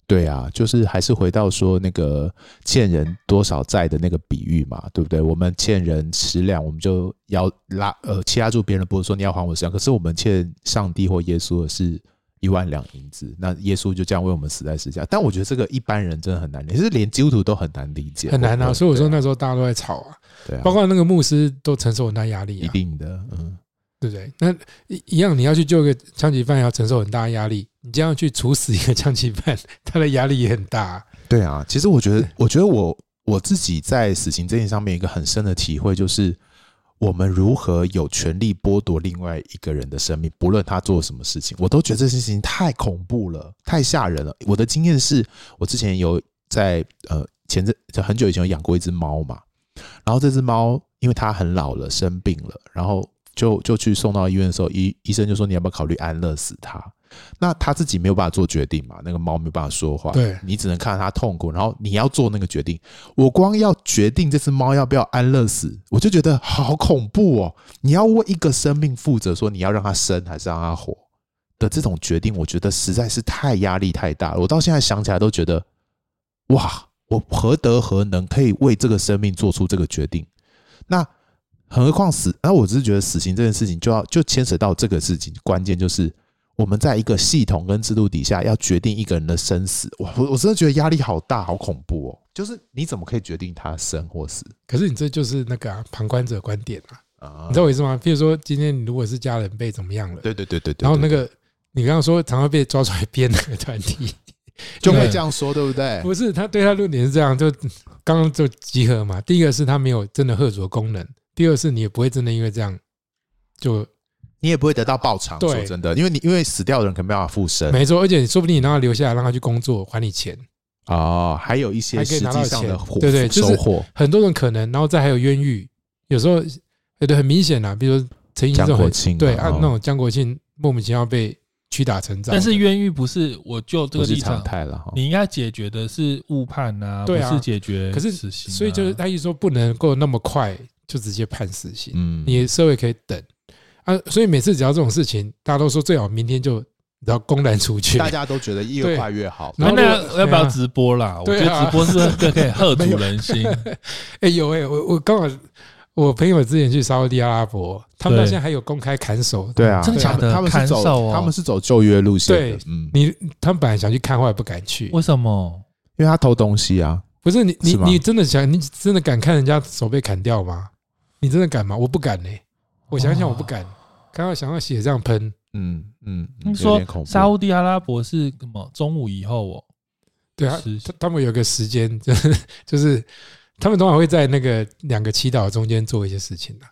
Speaker 3: 对啊，就是还是回到说那个欠人多少债的那个比喻嘛，对不对？我们欠人十两，我们就要拉呃欺压住别人，不是说你要还我十两，可是我们欠上帝或耶稣的是一万两银子，那耶稣就这样为我们死在十字架。但我觉得这个一般人真的很难理解，是连基督徒都很难理解，
Speaker 4: 很难
Speaker 3: 对
Speaker 4: 啊。
Speaker 3: 不对
Speaker 4: 所以我说那时候大家都在吵啊，
Speaker 3: 对啊，
Speaker 4: 包括那个牧师都承受很大压力啊。
Speaker 3: 一定的，嗯，
Speaker 4: 对不对？那一一样，你要去救一个枪击犯，要承受很大的压力。你这样去处死一个枪击犯，他的压力也很大啊、
Speaker 3: 对啊，其实我觉得，我觉得我我自己在死刑这件上面有一个很深的体会，就是我们如何有权利剥夺另外一个人的生命，不论他做什么事情，我都觉得这件事情太恐怖了，太吓人了。我的经验是我之前有在呃前阵很久以前有养过一只猫嘛，然后这只猫因为它很老了，生病了，然后就就去送到医院的时候，医医生就说你要不要考虑安乐死它？那它自己没有办法做决定嘛，那个猫没有办法说话，
Speaker 4: 对
Speaker 3: 你只能看到它痛苦，然后你要做那个决定。我光要决定这只猫要不要安乐死，我就觉得好恐怖哦！你要为一个生命负责，说你要让它生还是让它活的这种决定，我觉得实在是太压力太大了。我到现在想起来都觉得，哇，我何德何能可以为这个生命做出这个决定？那何况死？那我只是觉得死刑这件事情就要就牵扯到这个事情，关键就是我们在一个系统跟制度底下要决定一个人的生死。哇，我我真的觉得压力好大，好恐怖哦！就是你怎么可以决定他生或死
Speaker 4: 可是你这就是那个、啊、旁观者观点啊，
Speaker 3: 啊？
Speaker 4: 你知道我意思吗？譬如说，今天你如果是家人被怎么样了，
Speaker 3: 对对对对对，
Speaker 4: 然后那
Speaker 3: 对
Speaker 4: 个你刚刚说常常被抓出来编那个团 体，
Speaker 3: 就会
Speaker 4: 对
Speaker 3: 这样说，对不对？
Speaker 4: 不是他对他论点是这样，就刚刚就集合嘛。第一个是他没有真的喝足的功能，第二是你也不会真的因为这样就
Speaker 3: 你也不会得到报偿。
Speaker 4: 对
Speaker 3: 说真的，因为你因为死掉的人可能没办法附身
Speaker 4: 没错，而且你说不定你让他留下来，让他去工作，还你钱，
Speaker 3: 哦，还有一些
Speaker 4: 还可
Speaker 3: 实
Speaker 4: 以拿到
Speaker 3: 际上的
Speaker 4: 钱
Speaker 3: 获
Speaker 4: 对对就
Speaker 3: 收
Speaker 4: 是
Speaker 3: 获。
Speaker 4: 很多种可能，然后再还有冤狱，有时候有的很明显啊，比如说陈奕迅这
Speaker 3: 江
Speaker 4: 种
Speaker 3: 国
Speaker 4: 很
Speaker 3: 庆
Speaker 4: 对
Speaker 3: 嘛
Speaker 4: 啊
Speaker 3: 哦，
Speaker 4: 那种江国庆莫名其妙被屈打成招的，
Speaker 1: 但是冤狱不是我就这
Speaker 3: 不
Speaker 1: 个
Speaker 3: 是
Speaker 1: 立
Speaker 3: 常
Speaker 1: 场，
Speaker 3: 态了哈，
Speaker 1: 你应该解决的是误判啊，
Speaker 4: 对啊
Speaker 1: 不是解决
Speaker 4: 可是
Speaker 1: 死刑啊、
Speaker 4: 所以就是他一直说不能够那么快就直接判死刑，
Speaker 3: 嗯，
Speaker 4: 你社会可以等啊。所以每次只要这种事情，大家都说最好明天就然后公然处决
Speaker 3: 大。家都觉得越
Speaker 4: 对
Speaker 3: 快越好。
Speaker 1: 那
Speaker 4: 然后如
Speaker 1: 那
Speaker 4: 果
Speaker 1: 要不要
Speaker 4: 对啊
Speaker 1: 直播 啦？我觉
Speaker 4: 对啊
Speaker 1: 得直播是更可以吓足人 心。
Speaker 4: 哎、有哎、我我刚好我朋友之前去沙特阿拉伯，他们到
Speaker 1: 对
Speaker 4: 现在还有公开砍手。
Speaker 3: 对啊，
Speaker 1: 真的假的
Speaker 3: 他们他们是
Speaker 1: 砍手
Speaker 3: 走，
Speaker 1: 哦
Speaker 3: 他们是走旧约路线的
Speaker 4: 对，
Speaker 3: 嗯，
Speaker 4: 你他们本来想去看，后来不敢去。
Speaker 1: 为什 么？
Speaker 3: 因为他偷东西啊，
Speaker 4: 不是你你
Speaker 3: 是吗
Speaker 4: 你真的想你真的敢看人家手被砍掉吗？你真的敢吗？我不敢呢、我想想我不敢。刚刚想到血这样喷，
Speaker 3: 嗯嗯，
Speaker 1: 听
Speaker 3: 嗯
Speaker 1: 说
Speaker 3: 有点恐怖
Speaker 1: 沙烏地阿拉伯是什么？中午以后哦，
Speaker 4: 对啊
Speaker 1: 是，
Speaker 4: 他他们有个时间， 就是就是他们通常会在那个两个祈祷中间做一些事情的啊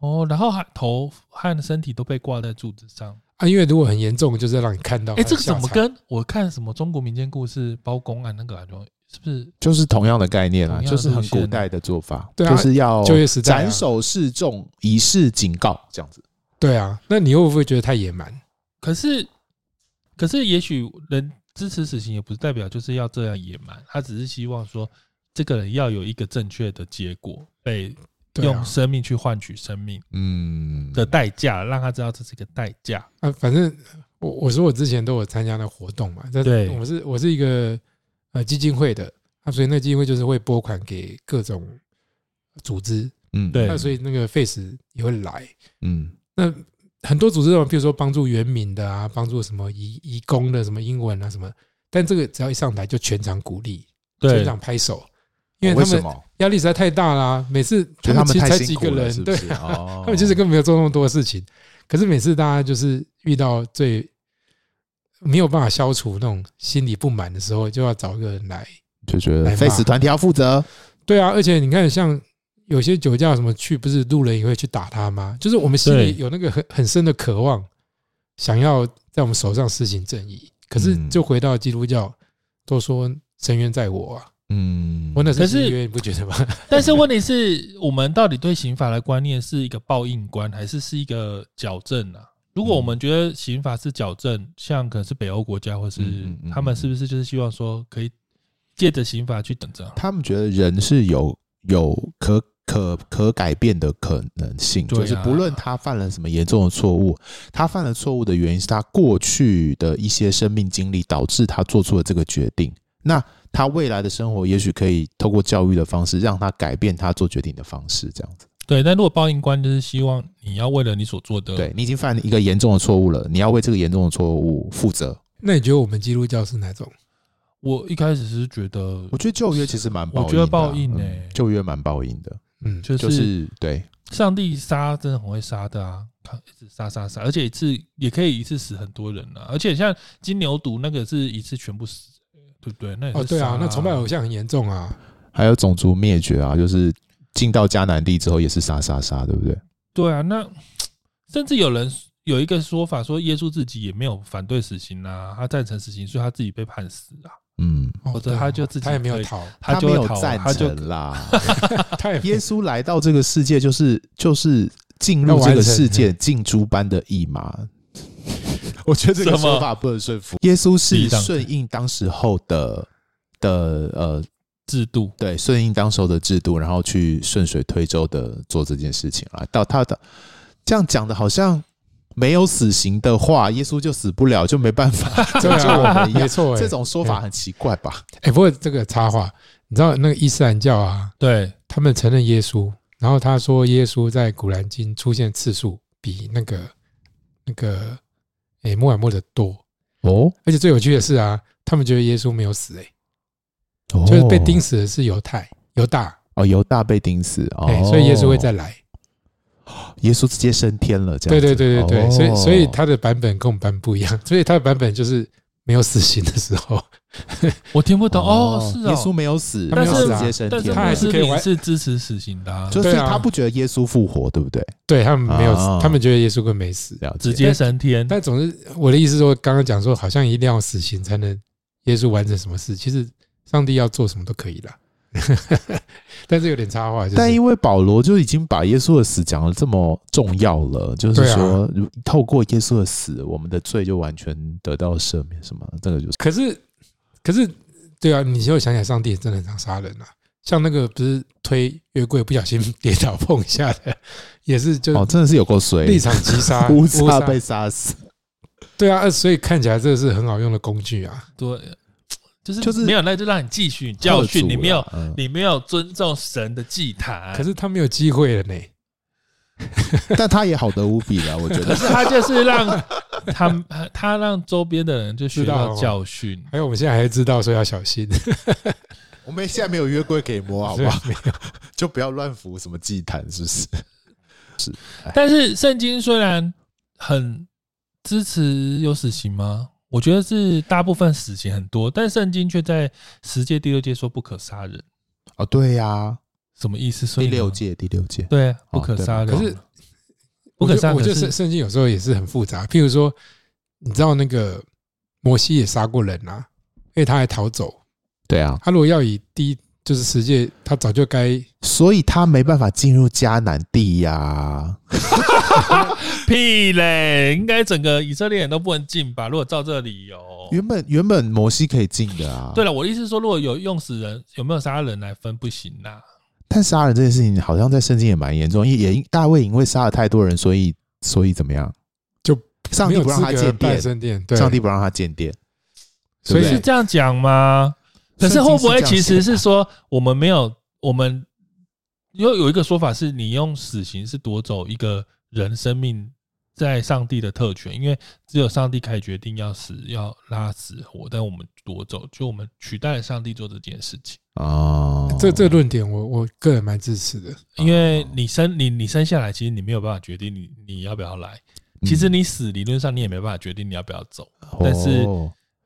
Speaker 1: 哦，然后还头和身体都被挂在柱子上。
Speaker 4: 啊因为如果很严重，就是要让你看到。
Speaker 1: 哎、这个怎么
Speaker 4: 跟？
Speaker 1: 跟我看什么中国民间故事包公案那个感觉是不是？
Speaker 3: 就是同样的概念啊，
Speaker 1: 同样
Speaker 3: 就
Speaker 1: 的
Speaker 3: 是很
Speaker 1: 路线
Speaker 3: 古代的做法，
Speaker 4: 对啊
Speaker 3: 就是要
Speaker 4: 旧约时代啊
Speaker 3: 斩首示众，以示警告，这样子。
Speaker 4: 对啊，那你会不会觉得太野蛮？
Speaker 1: 可是，可是也许人支持死刑也不代表就是要这样野蛮，他只是希望说这个人要有一个正确的结果，被
Speaker 4: 对
Speaker 1: 用
Speaker 4: 啊，
Speaker 1: 生命去换取生命
Speaker 3: 嗯，
Speaker 1: 的代价，让他知道这是一个代价。
Speaker 4: 啊，反正我我说我之前都有参加那活动嘛，但
Speaker 1: 对
Speaker 4: 我是我是一个呃基金会的，啊，所以那基金会就是会拨款给各种组织，
Speaker 3: 嗯，
Speaker 1: 对
Speaker 4: 那所以那个 Face 也会来，
Speaker 3: 嗯，
Speaker 4: 那很多组织种，譬如说帮助原民的啊，帮助什么移移工的什么英文啊什么，但这个只要一上台就全场鼓励，全
Speaker 1: 对，
Speaker 4: 场拍手，因
Speaker 3: 哦为
Speaker 4: 为他
Speaker 3: 什
Speaker 4: 们
Speaker 3: 么？
Speaker 4: 压力实在太大啦、每次
Speaker 3: 觉得
Speaker 4: 他
Speaker 3: 他
Speaker 4: 们
Speaker 3: 们
Speaker 4: 其实
Speaker 3: 太
Speaker 4: 才
Speaker 3: 辛
Speaker 4: 几
Speaker 3: 苦
Speaker 4: 个
Speaker 3: 了，
Speaker 4: 人，
Speaker 3: 是不
Speaker 4: 对
Speaker 3: 是？
Speaker 4: 啊，
Speaker 3: 哦
Speaker 4: 他们其实根本没有做那么多事情，可是每次大家就是遇到最没有办法消除那种心理不满的时候，就要找一个人来。
Speaker 3: 就觉
Speaker 4: 来
Speaker 3: 得
Speaker 4: 哎骂
Speaker 3: face 团体要负责，
Speaker 4: 对啊，而且你看，像有些酒驾什么去，不是路人也会去打他吗？就是我们心里
Speaker 1: 对
Speaker 4: 有那个很很深的渴望，想要在我们手上施行正义。可是
Speaker 3: 嗯
Speaker 4: 就回到基督教，都说深渊在我啊，
Speaker 3: 嗯，
Speaker 4: 我那
Speaker 1: 可
Speaker 4: 是
Speaker 1: 是
Speaker 4: 深渊，你不觉得吗？
Speaker 1: 但是问题是我们到底对刑法的观念是一个报应观，还是是一个矫正啊？如果我们觉得刑法是矫正，像可能是北欧国家或是
Speaker 3: 嗯嗯嗯
Speaker 1: 他们是不是就是希望说可以借着刑法去等着？
Speaker 3: 他们觉得人是有有可可可改变的可能性，
Speaker 1: 对啊
Speaker 3: 就是不论他犯了什么严重的错误，他犯了错误的原因是他过去的一些生命经历导致他做出了这个决定。那他未来的生活也许可以透过教育的方式让他改变他做决定的方式，这样子。
Speaker 1: 对，但如果报应观就是希望你要为了你所
Speaker 4: 嗯
Speaker 1: 做的，
Speaker 3: 对你已经犯了一个严重的错误了，你要为这个严重的错误负责。
Speaker 4: 那你觉得我们基督教是哪种？
Speaker 1: 我一开始是觉得
Speaker 3: 我觉得旧约其实蛮报应的啊，
Speaker 1: 我觉得报应
Speaker 3: 呢，
Speaker 1: 欸
Speaker 3: 旧约蛮报应的，
Speaker 4: 嗯，
Speaker 1: 就
Speaker 3: 就是是对，
Speaker 1: 上帝杀真的很会杀的啊，他一直杀杀杀，而且一次也可以一次死很多人啊，而且像金牛犊那个是一次全部死，对不对？那也是
Speaker 4: 哦，对
Speaker 1: 杀
Speaker 4: 啊，那崇拜偶像很严重啊。
Speaker 3: 还有种族灭绝啊，就是进到迦南地之后也是杀杀杀，对不对？
Speaker 1: 对啊，那甚至有人有一个说法说，耶稣自己也没有反对死刑啊，他赞成死刑，所以他自己被判死啊。
Speaker 3: 嗯，
Speaker 1: 或
Speaker 4: 哦
Speaker 1: 者
Speaker 4: 对
Speaker 1: 他
Speaker 4: 哦
Speaker 1: 就自己
Speaker 4: 他也没有
Speaker 1: 退
Speaker 4: 逃，
Speaker 1: 他就
Speaker 3: 没
Speaker 1: 会
Speaker 3: 有
Speaker 1: 逃啊
Speaker 3: 赞
Speaker 1: 他就
Speaker 3: 成啦。
Speaker 4: 他也
Speaker 3: 耶稣来到这个世界，就是就是进入这个世界进猪般的一马。我觉得这个
Speaker 1: 什么
Speaker 3: 说法不能说服。耶稣
Speaker 1: 立
Speaker 3: 是
Speaker 1: 当
Speaker 3: 顺应当时候的的呃，
Speaker 1: 制度，
Speaker 3: 对，顺应当时候的制度，然后去顺水推舟的做这件事情啊。到他的这样讲的，好像没有死刑的话，耶稣就死不了，就没办 法
Speaker 4: 对
Speaker 3: 拯救我
Speaker 4: 啊，
Speaker 3: 们一
Speaker 4: 没
Speaker 3: 样。
Speaker 4: 错，哎
Speaker 3: 这种说法很奇怪吧？
Speaker 4: 哎，不过这个插话，你知道那个伊斯兰教啊，
Speaker 1: 对，
Speaker 4: 他们承认耶稣，然后他说耶稣在古兰经出现次数比那个那个哎穆罕默德多，
Speaker 3: 哦，
Speaker 4: 而且最有趣的是啊，他们觉得耶稣没有死，哎，就是被钉死的是犹太犹大，
Speaker 3: 哦，犹大被钉死哦
Speaker 4: 哎，，所以耶稣会再来。
Speaker 3: 耶稣直接升天了，这
Speaker 4: 对
Speaker 3: 样子
Speaker 4: 对对对对，
Speaker 3: 哦
Speaker 4: 所以所以他的版本跟我们版本不一样，所以他的版本就是没有死刑的时候，
Speaker 1: 我听不懂哦，是
Speaker 3: 耶
Speaker 1: 哦，
Speaker 3: 稣没有死，
Speaker 4: 他没有
Speaker 3: 耶稣
Speaker 4: 死啊
Speaker 3: 直接升
Speaker 1: 但是
Speaker 3: 天
Speaker 4: 他
Speaker 1: 穆
Speaker 4: 还
Speaker 3: 了，
Speaker 4: 是
Speaker 1: 斯
Speaker 4: 可以
Speaker 1: 林
Speaker 4: 玩
Speaker 1: 是支持死刑的、啊，
Speaker 3: 就是
Speaker 4: 对啊
Speaker 3: 他不觉得耶稣复活，对不对？
Speaker 4: 对他们没有死
Speaker 3: 啊，
Speaker 4: 他们觉得耶稣根本没死。
Speaker 3: 了解
Speaker 1: 直接升天，
Speaker 4: 但总之，我的意思说，刚刚讲说，好像一定要死刑才能耶稣完成什么事，其实上帝要做什么都可以啦。 但是有点插话，就是
Speaker 3: 但因为保罗就已经把耶稣的死讲的这么重要了，就是
Speaker 4: 对啊
Speaker 3: 说，如透过耶稣的死，我们的罪就完全得到赦免，什么这个就是
Speaker 4: 可是可是对啊，你就想想，上帝也真的很常杀人啊。像那个不是推约柜不小心跌倒碰一下的， 也是就
Speaker 3: 哦，真的是有够水，
Speaker 4: 立场击杀
Speaker 3: 乌
Speaker 4: 乌
Speaker 3: 撒被杀死，
Speaker 4: 对啊，呃所以看起来这是很好用的工具啊。
Speaker 1: 对，就是
Speaker 3: 就是
Speaker 1: 没有，那就让你继续教 训你，没有，
Speaker 3: 贺主啦嗯
Speaker 1: 你没有尊重神的祭坛，
Speaker 4: 可是他没有机会了呢。
Speaker 3: 但他也好得无比了，我觉得
Speaker 1: 可是他就是让他他让周边的人就学到教训，
Speaker 4: 还有我们现在还知道说要小心，
Speaker 3: 我们现在没有约柜可以摸，好不 好？
Speaker 4: 所以
Speaker 3: 就不要乱服什么祭坛，是不是？
Speaker 1: 但是圣经虽然很支持有死刑吗？我觉得是大部分死刑很多，但圣经却在十诫第六诫说不可杀人，
Speaker 3: 哦，对呀、
Speaker 1: 什么意思？所以
Speaker 3: 第
Speaker 1: 呢
Speaker 3: 六届，第六届，
Speaker 1: 对啊不
Speaker 3: 哦
Speaker 1: 可
Speaker 3: 对
Speaker 1: 杀人，
Speaker 4: 可是
Speaker 1: 不可杀
Speaker 4: 我觉
Speaker 1: 人
Speaker 4: 得我觉
Speaker 1: 是
Speaker 4: 得圣圣经有时候也是很复杂。譬如说，你知道那个摩西也杀过人啊，因为他还逃走。
Speaker 3: 对啊，
Speaker 4: 他如果要以第一就是十诫，他早就该
Speaker 3: 所以他没办法进入迦南地呀、
Speaker 1: 屁嘞，应该整个以色列人都不能进吧？如果照这个理由，
Speaker 3: 原本原本摩西可以进的啊，
Speaker 1: 对了，我的意思是说，如果有用死人有没有杀人来分不行啦、
Speaker 3: 但杀人这件事情好像在圣经也蛮严重，
Speaker 4: 嗯
Speaker 3: 也也因大卫因为杀了太多人，所以所以怎么样，
Speaker 4: 就
Speaker 3: 上
Speaker 4: 没
Speaker 3: 帝
Speaker 4: 有
Speaker 3: 不让
Speaker 4: 资
Speaker 3: 他
Speaker 4: 格
Speaker 3: 建
Speaker 4: 办
Speaker 3: 殿，
Speaker 4: 圣殿，对，
Speaker 3: 上帝不让他建殿，
Speaker 4: 所以
Speaker 3: 对
Speaker 1: 是
Speaker 3: 不
Speaker 1: 这样讲吗？可是会不会其实是说我们没有我们有有一个说法是，你用死刑是夺走一个人生命在上帝的特权，因为只有上帝可以决定要死要拉死活，但我们夺走，就我们取代了上帝做这件事情。
Speaker 3: 对哦，
Speaker 4: 这这个论点我我个人蛮支持的。
Speaker 3: 啊
Speaker 1: 因为你生你你生下来，其实你没有办法决定你你要不要来。
Speaker 3: 嗯
Speaker 1: 其实你死理论上你也没办法决定你要不要走。
Speaker 3: 哦
Speaker 1: 但是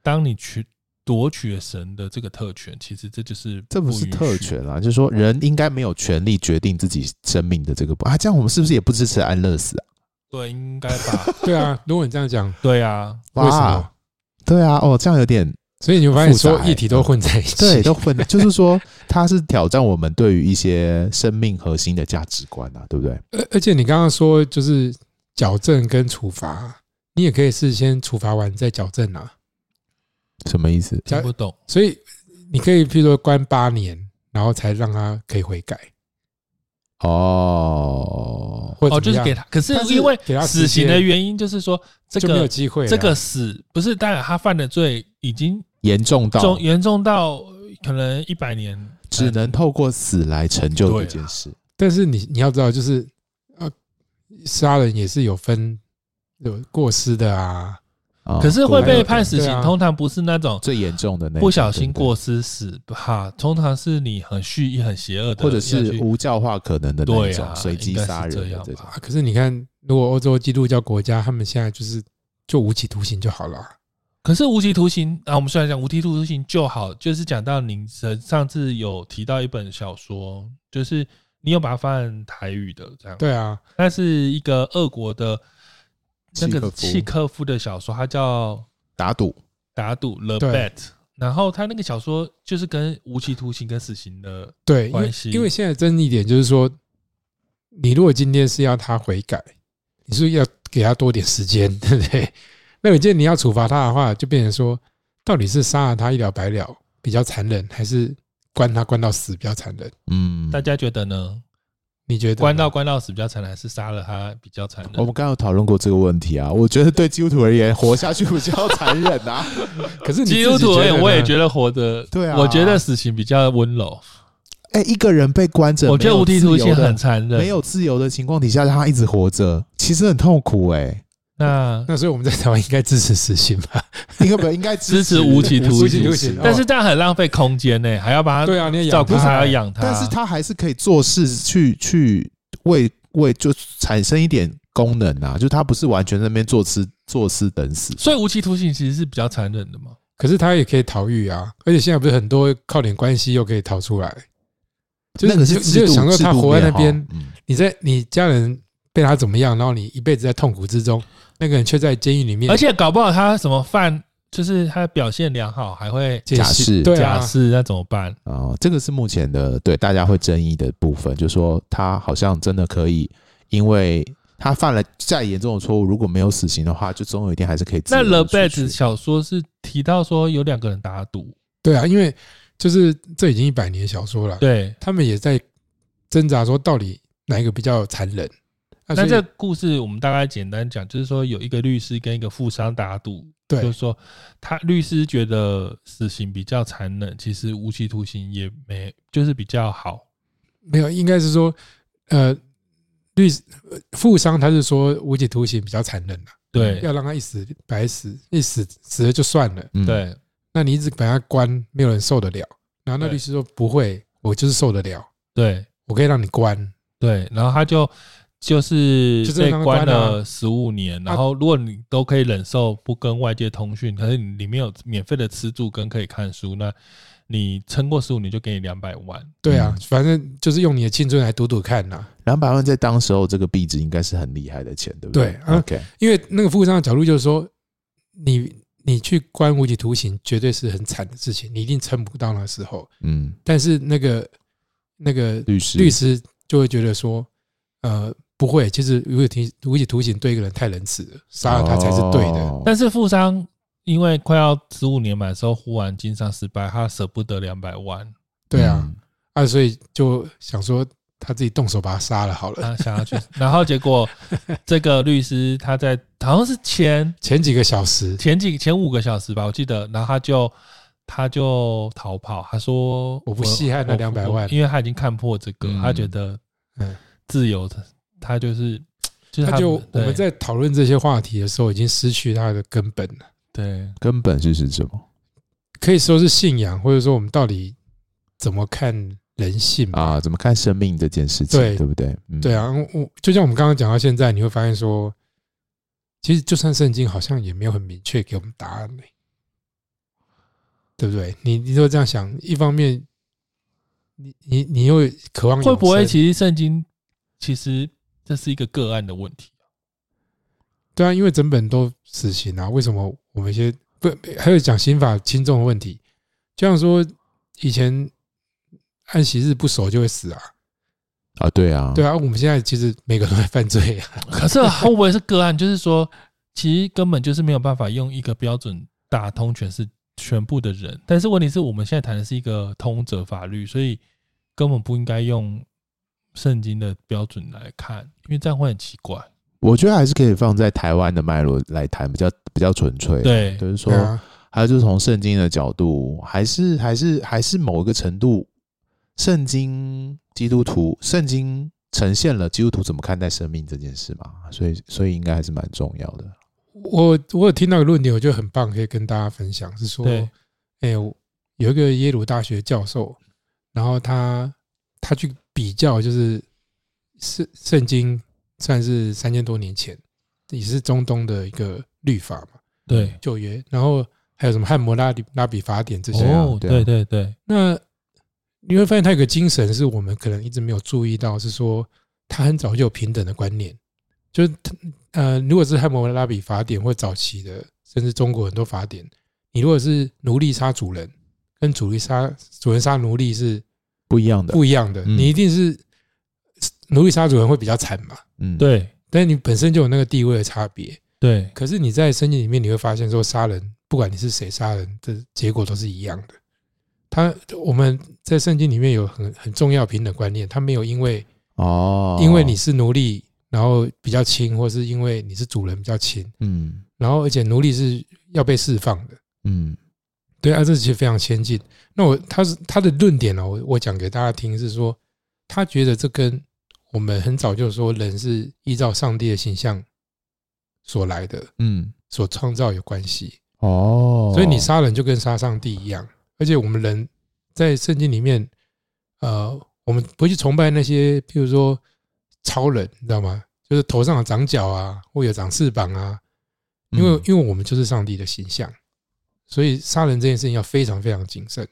Speaker 1: 当你去夺取了神的这个特权，其实这就是
Speaker 3: 这不是
Speaker 1: 允许
Speaker 3: 特。权啦，就是说人应该没有权利决定自己生命的这个啊，这样我们是不是也不支持安乐死啊？
Speaker 1: 对，应该吧？
Speaker 4: 对啊，如果你这样讲，
Speaker 1: 对啊，
Speaker 4: 为什
Speaker 3: 哇
Speaker 4: 么？
Speaker 3: 对啊，哦，这样有点
Speaker 4: 所以你会发现
Speaker 3: 复
Speaker 4: 所
Speaker 3: 杂
Speaker 1: 哎
Speaker 4: 有议题都混在一起，
Speaker 3: 对， 都混，就是说他是挑战我们对于一些生命核心的价值观啊，对不对？
Speaker 4: 而而且你刚刚说就是矫正跟处罚，你也可以事先处罚完再矫正啊。
Speaker 3: 什么意思？
Speaker 1: 听不懂。
Speaker 4: 所以你可以譬如说关八年，然后才让他可以悔改，
Speaker 3: 哦，
Speaker 4: 或者
Speaker 1: 哦，就
Speaker 4: 怎么
Speaker 1: 是
Speaker 4: 样
Speaker 1: 给他，可是
Speaker 4: 但是
Speaker 1: 因为
Speaker 4: 给他时
Speaker 1: 死
Speaker 4: 间
Speaker 1: 刑的原因就是说，这
Speaker 4: 就没有
Speaker 1: 个
Speaker 4: 机会了。
Speaker 1: 这个死不是，当然他犯的罪已经
Speaker 3: 严重到
Speaker 1: 重严重到可能一百年，
Speaker 3: 只能透过死来成就这件事。
Speaker 4: 但是你你要知道，就是呃，杀人也是有分有过失的啊。
Speaker 3: 啊
Speaker 1: 可是会被判死
Speaker 4: 对
Speaker 1: 刑，
Speaker 4: 啊
Speaker 1: 通常不是那种
Speaker 3: 最严重的那种
Speaker 1: 不小心，过
Speaker 3: 对
Speaker 1: 失死哈，通常是你很蓄意、很邪恶
Speaker 3: 不
Speaker 1: 的，
Speaker 3: 对或者
Speaker 1: 要
Speaker 3: 是
Speaker 1: 去
Speaker 3: 无教化可能的那
Speaker 1: 对
Speaker 3: 种
Speaker 1: 啊，
Speaker 3: 随机
Speaker 1: 应该是
Speaker 3: 杀
Speaker 1: 这
Speaker 3: 人的
Speaker 1: 样
Speaker 3: 这种
Speaker 1: 吧。
Speaker 4: 啊可是你看，如果欧洲基督教国家，他们现在就是就无期徒刑就好了啊。
Speaker 1: 可是无期徒刑啊，我们虽然讲无期徒刑就好，就是讲到您上上次有提到一本小说，就是你有把它翻台语的这样，
Speaker 4: 对啊，
Speaker 1: 那是一个俄国的那
Speaker 3: 契
Speaker 1: 个
Speaker 3: 诃夫
Speaker 1: 契诃夫的小说，它叫《
Speaker 3: 打赌
Speaker 1: 打赌》（The
Speaker 4: 对
Speaker 1: Bet）。然后他那个小说就是跟无期徒刑跟死刑的，
Speaker 4: 对，因为
Speaker 1: 关系
Speaker 4: 因为现在争议点就是说，你如果今天是要他悔改，你是不是要给他多点时间， 对不对？那我建议你要处罚他的话，就变成说，到底是杀了他一了百了比较残忍，还是关他关到死比较残忍？
Speaker 3: 嗯，
Speaker 1: 大家觉得呢？
Speaker 4: 你觉得呢？
Speaker 1: 关到关到死比较残忍，还是杀了他比较残
Speaker 3: 我们
Speaker 1: 忍？
Speaker 3: 刚刚有讨论过这个问题啊，我觉得对基督徒而言，活下去比较残忍 啊。
Speaker 4: 可是你
Speaker 1: 基督徒而哎言，我也觉
Speaker 4: 得
Speaker 1: 得活着，
Speaker 3: 对啊
Speaker 1: 我觉得死刑比较温柔，
Speaker 3: 哎、一个人被关着，
Speaker 1: 我觉得
Speaker 3: 没有
Speaker 1: 无期
Speaker 3: 自
Speaker 1: 徒
Speaker 3: 由
Speaker 1: 刑
Speaker 3: 的
Speaker 1: 很残忍。
Speaker 3: 没有自由的情况底下，让他一直活着，其实很痛苦哎、
Speaker 1: 那
Speaker 4: 呢。那所以我们在台湾应该支持 死刑吧？
Speaker 3: 应该不应该
Speaker 1: 支持无期徒
Speaker 4: 无期
Speaker 1: 刑
Speaker 4: 徒，刑
Speaker 1: 但是这样很浪费空间呢，还要把
Speaker 4: 对啊，你
Speaker 1: 他
Speaker 4: 也
Speaker 1: 照
Speaker 4: 养
Speaker 1: 顾
Speaker 4: 他
Speaker 1: 他，还要养他。
Speaker 3: 但是他还是可以做事去去为为就产生一点功能啊，就是他不是完全在那边坐吃坐吃等死。
Speaker 1: 所以无期徒刑其实是比较残忍的嘛。
Speaker 4: 可是他也可以逃狱啊，而且现在不是很多靠点关系又可以逃出来，就
Speaker 3: 那
Speaker 4: 是
Speaker 3: 个
Speaker 4: 你
Speaker 3: 是
Speaker 4: 就你
Speaker 3: 制
Speaker 4: 就
Speaker 3: 度，
Speaker 4: 想说
Speaker 3: 制
Speaker 4: 他
Speaker 3: 度
Speaker 4: 活在那
Speaker 3: 面
Speaker 4: 边
Speaker 3: 哈，，嗯
Speaker 4: 你在你家人被他怎么样，然后你一辈子在痛苦之中，那个人却在监狱里面，
Speaker 1: 而且搞不好他什么犯，就是他表现良好，还会
Speaker 4: 解
Speaker 3: 假
Speaker 4: 释
Speaker 3: 释
Speaker 4: 对
Speaker 1: 假
Speaker 4: 啊，
Speaker 1: 释，那怎么办？
Speaker 3: 啊，这个是目前的对大家会争议的部分，就是说他好像真的可以，因为他犯了再严重的错误，如果没有死刑的话，就总有一天还是可以自
Speaker 1: 那《
Speaker 3: 由
Speaker 1: The
Speaker 3: 地出
Speaker 1: Bad》
Speaker 3: 去嗯
Speaker 1: 小说是提到说有两个人打赌，
Speaker 4: 对啊，因为就是这已经一百年的小说了，
Speaker 1: 对。
Speaker 4: 他们也在挣扎说到底哪一个比较残忍。啊
Speaker 1: 那
Speaker 4: 所以
Speaker 1: 这个故事我们大概简单讲，就是说有一个律师跟一个富商打赌，就是
Speaker 4: 对
Speaker 1: 说他律师觉得死刑比较残忍，其实无期徒刑也没就是比较好。
Speaker 4: 没有，应该是说，呃，律呃富商他是说无期徒刑比较残忍了、
Speaker 1: 对
Speaker 4: 要让他一死白死，一死死了就算了，
Speaker 3: 嗯，
Speaker 1: 对，
Speaker 4: 那你一直把他关，没有人受得了。然后那
Speaker 1: 对
Speaker 4: 律师说不会，我就是受得了，
Speaker 1: 对
Speaker 4: 我可以让你关，
Speaker 1: 对，然后他就就是
Speaker 4: 就真的
Speaker 1: 被
Speaker 4: 让他
Speaker 1: 关
Speaker 4: 关啊
Speaker 1: 了十五年，
Speaker 4: 啊
Speaker 1: 然后如果你都可以忍受不跟外界通讯，可是你里面有免费的吃住跟可以看书，那你撑过十五年就给你两百万。
Speaker 4: 对啊
Speaker 3: 嗯，
Speaker 4: 反正就是用你的青春来赌赌看啊呐、
Speaker 3: 两百万在当时候这个币值应该是很厉害的钱，对不对
Speaker 4: 对啊
Speaker 3: o k
Speaker 4: 因为那个富商的角度就是说，你你去关无期徒刑，绝对是很惨的事情，你一定撑不到那时候。
Speaker 3: 嗯，
Speaker 4: 但是那个那个
Speaker 3: 律师
Speaker 4: 律师就会觉得说，呃，不会，其实无期徒无期徒刑对一个人太仁慈了，杀了他才是对的。
Speaker 3: 哦
Speaker 1: 但是富商因为快要十五年满的时候，忽然经商失败，他舍不得两百万，
Speaker 4: 对啊，
Speaker 3: 嗯
Speaker 4: 啊，所以就想说他自己动手把他杀了好了。
Speaker 1: 他想要 去，然后结果这个律师他在好像是前
Speaker 4: 前几个小时，
Speaker 1: 前几前五个小时吧，我记得，然后他就他就逃跑，他说
Speaker 4: 我不稀罕那
Speaker 1: 我
Speaker 4: 200
Speaker 1: 我
Speaker 4: 万
Speaker 1: 因为他已经看破这个，
Speaker 3: 嗯
Speaker 1: 他觉得
Speaker 4: 嗯，
Speaker 1: 自由的，他就是就是
Speaker 4: 那
Speaker 1: 他
Speaker 4: 就我
Speaker 1: 对
Speaker 4: 们在讨论这些话题的时候，已经失去它的根本了。
Speaker 1: 对
Speaker 3: 根本是是什么
Speaker 4: 可以说是信仰，或者说我们到底怎么看人性吧？
Speaker 3: 啊？怎么看生命这件事情，对
Speaker 4: 嗯对
Speaker 3: 不对？嗯
Speaker 4: 对，啊，我我就像我们刚刚讲到现在，你会发现说，其实就算圣经好像也没有很明确给我们答案呢、对不对？你你就这样想，一方面，你你你又渴望
Speaker 1: 会不会
Speaker 4: 永生
Speaker 1: 其实圣经其实这是一个个案的问题，
Speaker 4: 对啊？因为整本都死刑啊，为什么我们一些不还有讲刑法轻重的问题？就像说以前按息日不守就会死啊，
Speaker 3: 啊，对啊，
Speaker 4: 对啊，我们现在其实每个人都在犯罪啊。
Speaker 1: 可是会不会是个案？就是说，其实根本就是没有办法用一个标准打通全是全部的人。但是问题是我们现在谈的是一个通则法律，所以根本不应该用圣经的标准来看，因为这样会很奇怪。
Speaker 3: 我觉得还是可以放在台湾的脉络来谈，比较比较纯粹。，
Speaker 1: 对
Speaker 3: 就是说
Speaker 4: 对，啊，
Speaker 3: 还有就是从圣经的角度，还是还是还是某一个程度，圣经基督徒圣经呈现了基督徒怎么看待生命这件事嘛，所以所以应该还是蛮重要的。
Speaker 4: 我我有听到一个论点，我觉得很棒，可以跟大家分享，是说，
Speaker 1: 对
Speaker 4: 哎、我有一个耶鲁大学教授，然后他他去比较，就是圣圣经算是三千多年前，也是中东的一个律法嘛，
Speaker 1: 对，
Speaker 4: 旧约，然后还有什么汉谟拉比拉比法典这些、啊，
Speaker 1: 哦，
Speaker 3: 对
Speaker 1: 对
Speaker 3: 啊
Speaker 1: 对对，
Speaker 4: 那你会发现他有个精神是我们可能一直没有注意到，是说他很早就有平等的观念，就是他呃，如果是汉谟拉比法典或早期的，甚至中国很多法典，你如果是奴隶杀主人，跟主力杀主人杀奴隶是
Speaker 3: 不一样的，
Speaker 4: 不一样的，
Speaker 3: 嗯
Speaker 4: 你一定是奴隶杀主人会比较惨嘛，
Speaker 3: 嗯，，
Speaker 1: 对
Speaker 4: 但是你本身就有那个地位的差别。
Speaker 1: 对，
Speaker 4: 可是你在圣经里面，你会发现说，杀人不管你是谁杀人的结果都是一样的。他我们在圣经里面有很很重要的平等观念，他没有因为
Speaker 3: 哦，
Speaker 4: 因为你，是奴隶，然后比较轻，或是因为你是主人比较轻，
Speaker 3: 嗯
Speaker 4: 然后而且奴隶是要被释放的。
Speaker 3: 嗯
Speaker 4: 对啊，这其实非常先进。那我他是他的论点哦，我我讲给大家听是说，他觉得这跟我们很早就说人是依照上帝的形象所来的，
Speaker 3: 嗯，
Speaker 4: 所创造有关系。
Speaker 3: 哦，
Speaker 4: 所以你杀人就跟杀上帝一样，而且我们人在圣经里面，呃，我们不去崇拜那些，譬如说超人，你知道吗？就是头上有长角啊，或有长翅膀啊，
Speaker 3: 嗯，
Speaker 4: 因为、因为我们就是上帝的形象，所以杀人这件事情要非常非常谨慎。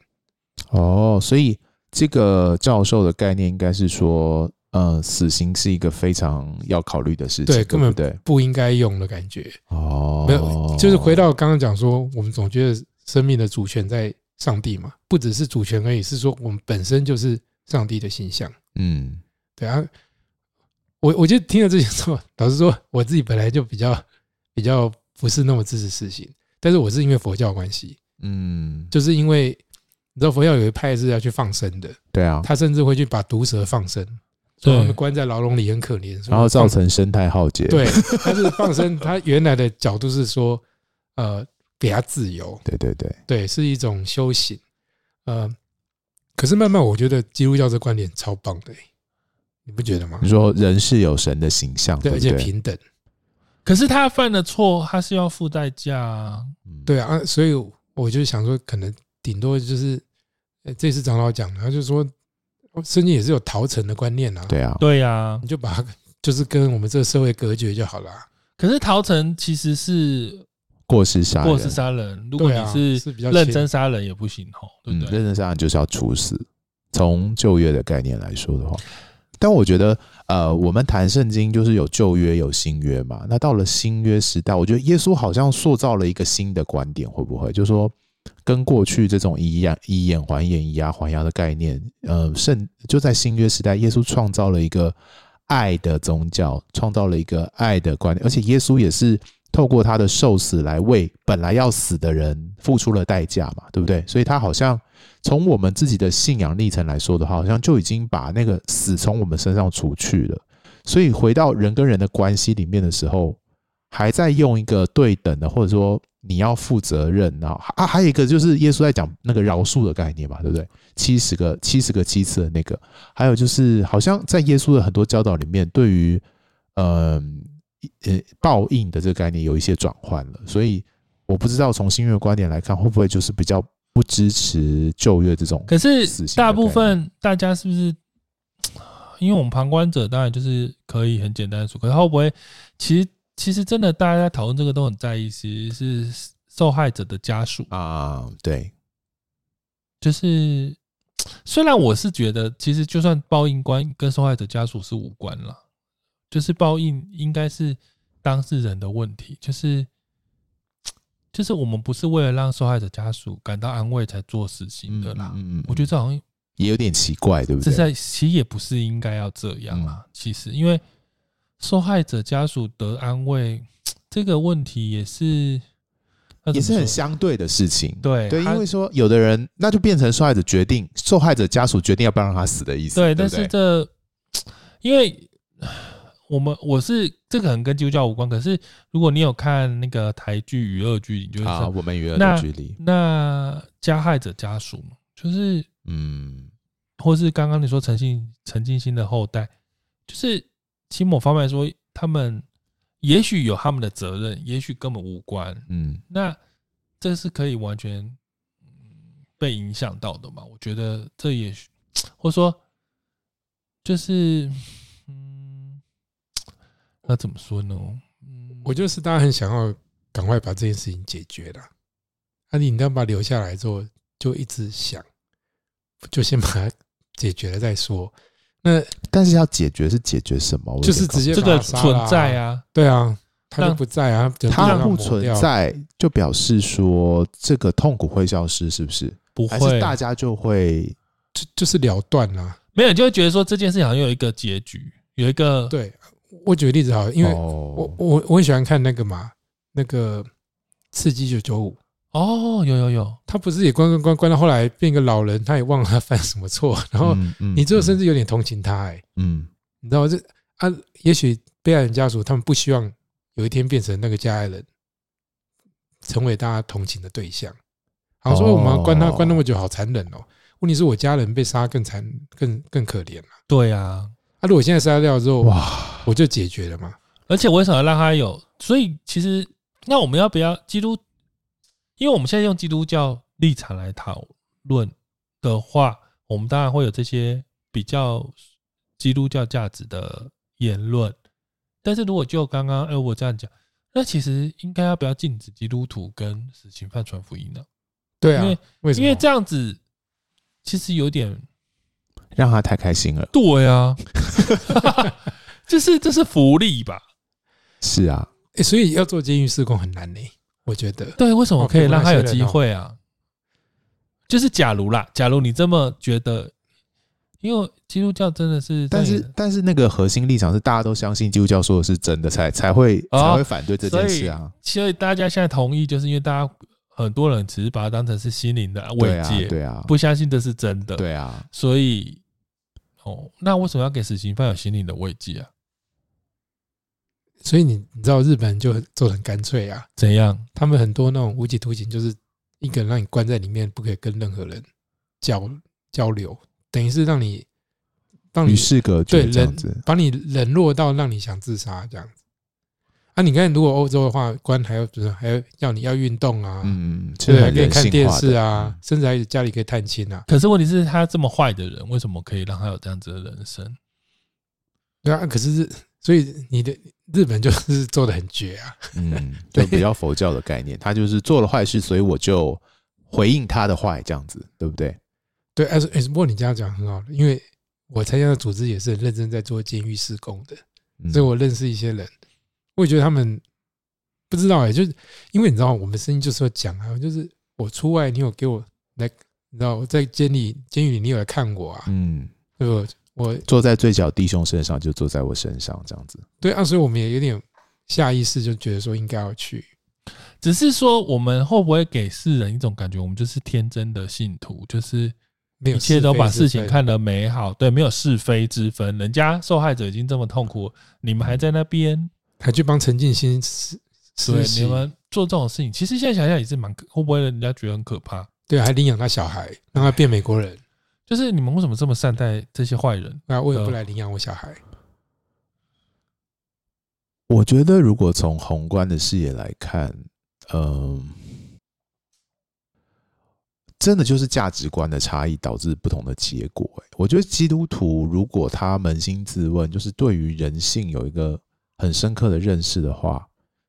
Speaker 3: 哦，所以这个教授的概念应该是说，呃，死刑是一个非常要考虑的事情，
Speaker 4: 对
Speaker 3: 对不
Speaker 4: 根本
Speaker 3: 对，
Speaker 4: 不应该用的感觉。
Speaker 3: 哦，
Speaker 4: 没有，就是回到刚刚讲说，我们总觉得生命的主权在上帝嘛，不只是主权而已，是说我们本身就是上帝的形象。
Speaker 3: 嗯
Speaker 4: 对啊，我我就听了这些之后，老实说，我自己本来就比较比较不是那么支持死刑，但是我是因为佛教的关系，
Speaker 3: 嗯，
Speaker 4: 就是因为你知道佛教有一派是要去放生的，
Speaker 3: 对啊，
Speaker 4: 他甚至会去把毒蛇放生，说他们
Speaker 1: 对
Speaker 4: 关在牢笼里很可怜，
Speaker 3: 然后造
Speaker 4: 成。
Speaker 3: 成生态浩劫，
Speaker 4: 对，但是放生它原来的角度是说，呃，给他自由，
Speaker 3: 对对对，
Speaker 4: 对，是一种修行。呃，可是慢慢我觉得基督教这观点超棒的欸、你不觉得吗
Speaker 3: 你？说人是有神的形象，
Speaker 4: 对，
Speaker 3: 不
Speaker 4: 而且平等，
Speaker 1: 可是他犯了错，他是要付代价啊。
Speaker 3: 嗯
Speaker 4: 对啊，所以我就想说，可能顶多就是、呃这次长老讲的，他就说，圣经也是有逃城的观念啊，
Speaker 3: 对啊，
Speaker 1: 对呀、
Speaker 4: 你就把它就是跟我们这个社会隔绝就好了啊。
Speaker 1: 可是陶成其实是
Speaker 3: 过失杀人，
Speaker 1: 过失杀人，如果
Speaker 4: 对啊
Speaker 1: 你
Speaker 4: 是比较
Speaker 1: 认
Speaker 4: 轻
Speaker 1: 真杀人也不行哦，对
Speaker 3: 嗯，
Speaker 1: 不对？
Speaker 3: 认真杀人就是要处死。从旧约的概念来说的话，但我觉得，呃，我们谈圣经就是有旧约有新约嘛。那到了新约时代，我觉得耶稣好像塑造了一个新的观点，会不会就是说，跟过去这种以眼以眼还眼、以牙还牙的概念，呃，圣就在新约时代，耶稣创造了一个爱的宗教，创造了一个爱的观念，而且耶稣也是透过他的受死来为本来要死的人付出了代价嘛，对不对？所以他好像从我们自己的信仰历程来说的话，好像就已经把那个死从我们身上除去了。所以回到人跟人的关系里面的时候，还在用一个对等的，或者说你要负责任啊啊，还有一个就是耶稣在讲那个饶恕的概念嘛，对不对？七十个七十个七次的那个，还有就是好像在耶稣的很多教导里面，对于嗯呃报应的这个概念有一些转换了，所以我不知道从新月观点来看，会不会就是比较不支持旧月这种
Speaker 1: 可是
Speaker 3: 死刑的概念
Speaker 1: 大部分大家是不是？因为我们旁观者当然就是可以很简单地说，可是会不会其实其实真的大家在讨论这个都很在意，其实是受害者的家属，
Speaker 3: 啊？对，
Speaker 1: 就是虽然我是觉得，其实就算报应官跟受害者家属是无关啦，就是报应应该是当事人的问题，就是就是我们不是为了让受害者家属感到安慰才做事情的啦。
Speaker 3: 嗯嗯
Speaker 1: 我觉得这好像
Speaker 3: 也有点奇怪，对不
Speaker 1: 这
Speaker 3: 对？
Speaker 1: 在其实也不是应该要这样
Speaker 3: 嗯
Speaker 1: 啦。其实，因为受害者家属得安慰这个问题也是，要怎么
Speaker 3: 也是很
Speaker 1: 说
Speaker 3: 相对的事情。
Speaker 1: 对
Speaker 3: 对，
Speaker 1: 他
Speaker 3: 因为说有的人那就变成受害者决定，受害者家属决定要不要让他死的意思。
Speaker 1: 对，
Speaker 3: 对，
Speaker 1: 但
Speaker 3: 不
Speaker 1: 是这因为 我们我是这个可能跟基督教无关，可是如果你有看那个台剧娱乐剧，你就会知
Speaker 3: 啊，
Speaker 1: 道，
Speaker 3: 我们娱乐
Speaker 1: 那
Speaker 3: 的距离，
Speaker 1: 那加害者家属嘛，就是
Speaker 3: 嗯
Speaker 1: 或是刚刚你说陈信陈进兴的后代，就是其实某方面来说，他们也许有他们的责任，也许根本无关，
Speaker 3: 嗯
Speaker 1: 那这是可以完全嗯被影响到的嘛？我觉得这也许，或者说就是嗯，那怎么说呢？嗯，
Speaker 4: 我就是大家很想要赶快把这件事情解决了。那、你你要把它留下来之后，就一直想，就先把它解决了再说。那
Speaker 3: 但是要解决是解决什么？我有
Speaker 4: 就是
Speaker 3: 点搞
Speaker 4: 直接
Speaker 1: 这个
Speaker 4: 把它杀了
Speaker 1: 存在啊，
Speaker 4: 对啊，他就不在啊，整个地
Speaker 3: 它
Speaker 4: 方
Speaker 3: 不
Speaker 4: 抹
Speaker 3: 存
Speaker 4: 掉，
Speaker 3: 在，就表示说这个痛苦会消失，是不是？
Speaker 1: 不
Speaker 3: 还是
Speaker 1: 会，
Speaker 3: 大家就会
Speaker 4: 就就是了断啦。
Speaker 1: 没有你就会觉得说这件事情好像有一个结局，有一个
Speaker 4: 对，我举个例子好了，因为我
Speaker 3: 哦
Speaker 4: 我我很喜欢看那个嘛，那个《刺激九九五》，
Speaker 1: 哦，有有有，
Speaker 4: 他不是也关关关关到后来变一个老人，他也忘了他犯什么错，然后
Speaker 3: 嗯嗯
Speaker 4: 你最后甚
Speaker 3: 至
Speaker 4: 至有点同情他、哎，
Speaker 3: 嗯
Speaker 4: 你知道吗这啊，也许被害人家属他们不希望有一天变成那个加害人，成为大家同情的对象。好，所以我们关他
Speaker 3: 哦
Speaker 4: 关那么久，好残忍哦。问题是我家人被杀更残更更可怜了、啊。
Speaker 1: 对啊，
Speaker 4: 如果现在杀掉之后，
Speaker 3: 哇，
Speaker 4: 我就解决了嘛。
Speaker 1: 而且我为什么要让他有？所以其实那我们要不要基督？因为我们现在用基督教立场来讨论的话，我们当然会有这些比较基督教价值的言论。但是如果就刚刚哎我这样讲，那其实应该要不要禁止基督徒跟死刑犯传福音呢？
Speaker 4: 对啊
Speaker 1: 因为，
Speaker 4: 为什么？
Speaker 1: 因为这样子其实有点
Speaker 3: 让他太开心了。
Speaker 1: 对啊， 就是这是福利吧？
Speaker 3: 是啊，
Speaker 4: 欸所以要做监狱施工很难呢、我觉得。
Speaker 1: 对，为什么
Speaker 4: 哦
Speaker 1: 可以
Speaker 4: 对
Speaker 1: 让
Speaker 4: 那
Speaker 1: 他
Speaker 4: 些
Speaker 1: 有
Speaker 4: 人
Speaker 1: 机
Speaker 4: 哦
Speaker 1: 会啊？就是假如啦，假如你这么觉得，因为基督教真的是在
Speaker 3: 但
Speaker 1: 你的，
Speaker 3: 是但是那个核心立场是大家都相信基督教说的是真的，才才会
Speaker 1: 哦
Speaker 3: 才会反对这件事啊。
Speaker 1: 所以大家现在同意，就是因为大家很多人只是把它当成是心灵的慰
Speaker 3: 对啊
Speaker 1: 藉，，
Speaker 3: 对啊，
Speaker 1: 不相信这是真的，，
Speaker 3: 对啊，
Speaker 1: 所以哦，那为什么要给死刑犯有心灵的慰藉啊？
Speaker 4: 所以你你知道日本人就很做的很干脆啊，
Speaker 1: 怎样？
Speaker 4: 他们很多那种无期徒刑就是一个人让你关在里面，不可以跟任何人交交流，等于是让你让你
Speaker 3: 与世隔
Speaker 4: 对
Speaker 3: 绝这样
Speaker 4: 人
Speaker 3: 子。
Speaker 4: 把你冷落到让你想自杀这样子。啊，你看如果欧洲的话，关还要就是还要要你要运动啊，
Speaker 3: 嗯，
Speaker 4: 对，还
Speaker 3: 很
Speaker 4: 可以
Speaker 3: 人
Speaker 4: 看
Speaker 3: 性
Speaker 4: 电
Speaker 3: 化
Speaker 4: 视
Speaker 3: 的嗯
Speaker 4: 啊，，甚至还有家里可以探亲啊。
Speaker 1: 可是问题是他这么坏的人，为什么可以让他有这样子的人生？
Speaker 4: 对啊，可是日所以你的日本就是做的很绝啊。
Speaker 3: 嗯，就比较佛教的概念，他就是做了坏事，所以我就回应他的坏，这样子，对不对？
Speaker 4: 对，哎、哎，不过你这样讲很好，因为我参加的组织也是很认真在做监狱施工的，
Speaker 3: 嗯
Speaker 4: 所以我认识一些人，我也觉得他们不知道哎、就是因为你知道，我们声音就是要讲啊，就是我出外，你有给我来，你知道我在监里监狱里，你有来看我啊，
Speaker 3: 嗯，
Speaker 4: 对不？我
Speaker 3: 坐在最小弟兄身上，就坐在我身上，这样子。
Speaker 4: 对啊，所以我们也有点下意识就觉得说应该要去，
Speaker 1: 只是说，我们会不会给世人一种感觉，我们就是天真的信徒，就是
Speaker 4: 没有
Speaker 1: 一切
Speaker 4: 是
Speaker 1: 都
Speaker 4: 非
Speaker 1: 把
Speaker 4: 之
Speaker 1: 事情
Speaker 4: 分
Speaker 1: 看得美好，对，没有是非之分。人家受害者已经这么痛苦，你
Speaker 4: 嗯
Speaker 1: 们还在那边，
Speaker 4: 还去帮陈进新实实
Speaker 1: 对，
Speaker 4: 习
Speaker 1: 你，们做这种事情，其实现在想想也是蛮可，会不会人家觉得很可怕？
Speaker 4: 对，还领养他小孩，让他变美国人，
Speaker 1: 就是你们为什么这么善待这些坏人？
Speaker 4: 那为什么不
Speaker 1: 呃
Speaker 4: 来领养我小孩？
Speaker 3: 我觉得，如果从宏观的视野来看，嗯、真的就是价值观的差异导致不同的结果、欸我觉得基督徒如果他扪心自问，就是对于人性有一个很深刻的认识的话，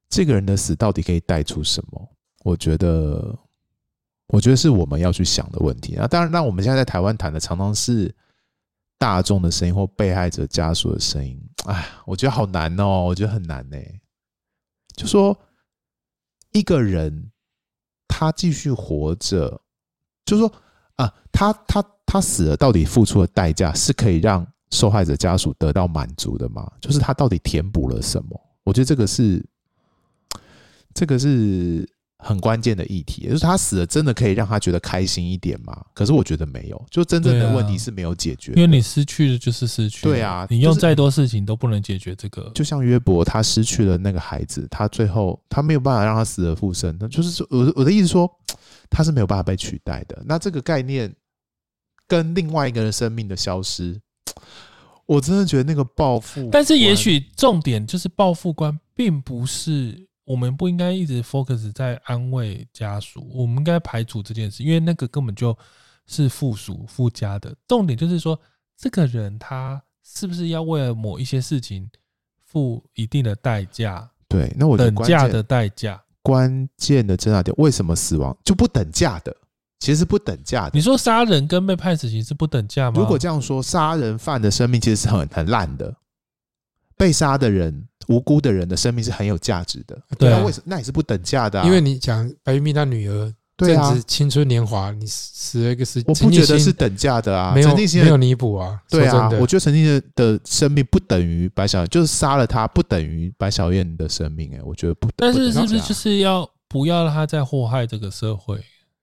Speaker 3: 这个人的死到底可以带出什么？我觉得，我觉得是我们要去想的问题。那当然，那我们现在在台湾谈的常常是大众的声音或被害者家属的声音。哎，我觉得好难哦，我觉得很难呢、就说一个人他继续活着，就说啊，他他他死了，到底付出的代价是可以让受害者家属得到满足的吗？就是他到底填补了什么？我觉得这个是这个是很关键的议题，也就是他死了真的可以让他觉得开心一点吗？可是我觉得没有，就真正
Speaker 1: 对啊
Speaker 3: 的问题是没有解决
Speaker 1: 因
Speaker 3: 的、
Speaker 1: 为你失去的就是失去，
Speaker 3: 对啊
Speaker 1: 你用
Speaker 3: 就是
Speaker 1: 再多事情都不能解决这个，
Speaker 3: 就像约伯，他失去了那个孩子，他最后他没有办法让他死而复生。那就是说，我的我的意思说，他是没有办法被取代的。那这个概念跟另外一个人生命的消失，我真的觉得那个报复，
Speaker 1: 但是也许重点就是报复观，并不是我们不应该一直 focus 在安慰家属，我们应该排除这件事，因为那个根本就是附属附加的。重点就是说，这个人他是不是要为了某一些事情付一定的代价，
Speaker 3: 对，那我觉得
Speaker 1: 等
Speaker 3: 关
Speaker 1: 价的
Speaker 3: 键
Speaker 1: 代价？
Speaker 3: 关键的挣扎点，为什么死亡就不等价的？其实是不等价的
Speaker 1: 你。说杀人跟被判死刑是不等价吗？
Speaker 3: 如果这样说，杀人犯的生命其实是很很烂的，被杀的人、无辜的人的生命是很有价值的。
Speaker 1: 对啊
Speaker 3: 那为什那也是不等价的、啊？
Speaker 4: 因为你讲白玉蜜她女儿
Speaker 3: 对啊
Speaker 4: 正，值青春年华，你死了一个十，
Speaker 3: 我不
Speaker 4: 陈奕
Speaker 3: 觉得
Speaker 4: 迅
Speaker 3: 是等价的啊。
Speaker 4: 没有
Speaker 3: 陈立新
Speaker 4: 没有弥补啊，
Speaker 3: 对
Speaker 4: 说
Speaker 3: 啊
Speaker 4: 真，的
Speaker 3: 我觉得陈立新的生命不等于白小，就是杀了他不等于白小燕的生命、哎，我觉得不。
Speaker 1: 但是
Speaker 3: 不
Speaker 1: 是
Speaker 3: 等
Speaker 1: 不
Speaker 3: 价啊
Speaker 1: 是就是要不要让他再祸害这个社会？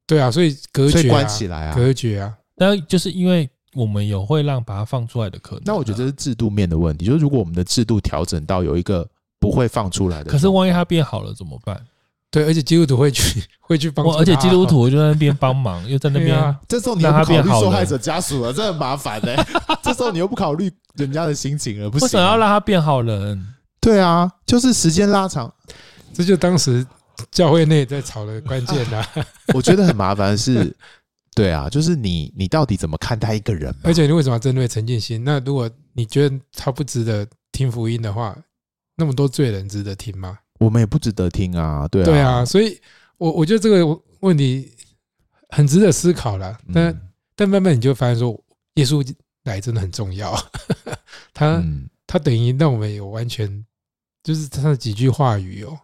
Speaker 4: 对啊，所以隔
Speaker 3: 所
Speaker 4: 绝
Speaker 3: 以
Speaker 4: 啊
Speaker 3: 关起来啊？
Speaker 4: 隔绝啊，
Speaker 1: 但就是因为我们有会让把它放出来的可能啊、
Speaker 3: 那我觉得这是制度面的问题，就是如果我们的制度调整到有一个不会放出来的，
Speaker 1: 可是万一他变好了怎么办？
Speaker 4: 对，而且基督徒会去 会去帮助
Speaker 1: 我
Speaker 4: 他，
Speaker 1: 而且基督徒就在那边帮忙，又在那
Speaker 4: 对
Speaker 1: 边，
Speaker 4: 啊
Speaker 3: 这时候你又
Speaker 1: 让他
Speaker 3: 不考
Speaker 1: 变
Speaker 3: 虑
Speaker 1: 好
Speaker 3: 受
Speaker 1: 了欸
Speaker 3: 害者家属了，这很麻烦 哎、这时候你又不考虑人家的心情了，不
Speaker 1: 为什
Speaker 3: 行
Speaker 1: 么
Speaker 3: 啊、
Speaker 1: 要让他变好人？
Speaker 3: 对啊，就是时间拉长，
Speaker 4: 这就当时教会内在吵的关键啊 啦、
Speaker 3: 我觉得很麻烦的是，对啊，就是你你到底怎么看待一个人嘛？
Speaker 4: 而且你为什么要针对陈建新？那如果你觉得他不值得听福音的话，那么多罪人值得听吗？
Speaker 3: 我们也不值得听啊，对啊，
Speaker 4: 对啊，所以我我觉得这个问题很值得思考啦。
Speaker 3: 嗯，
Speaker 4: 但、但慢慢你就发现说，耶稣来真的很重要，他、
Speaker 3: 嗯，
Speaker 4: 他等于让我们有完全就是他的几句话语哦，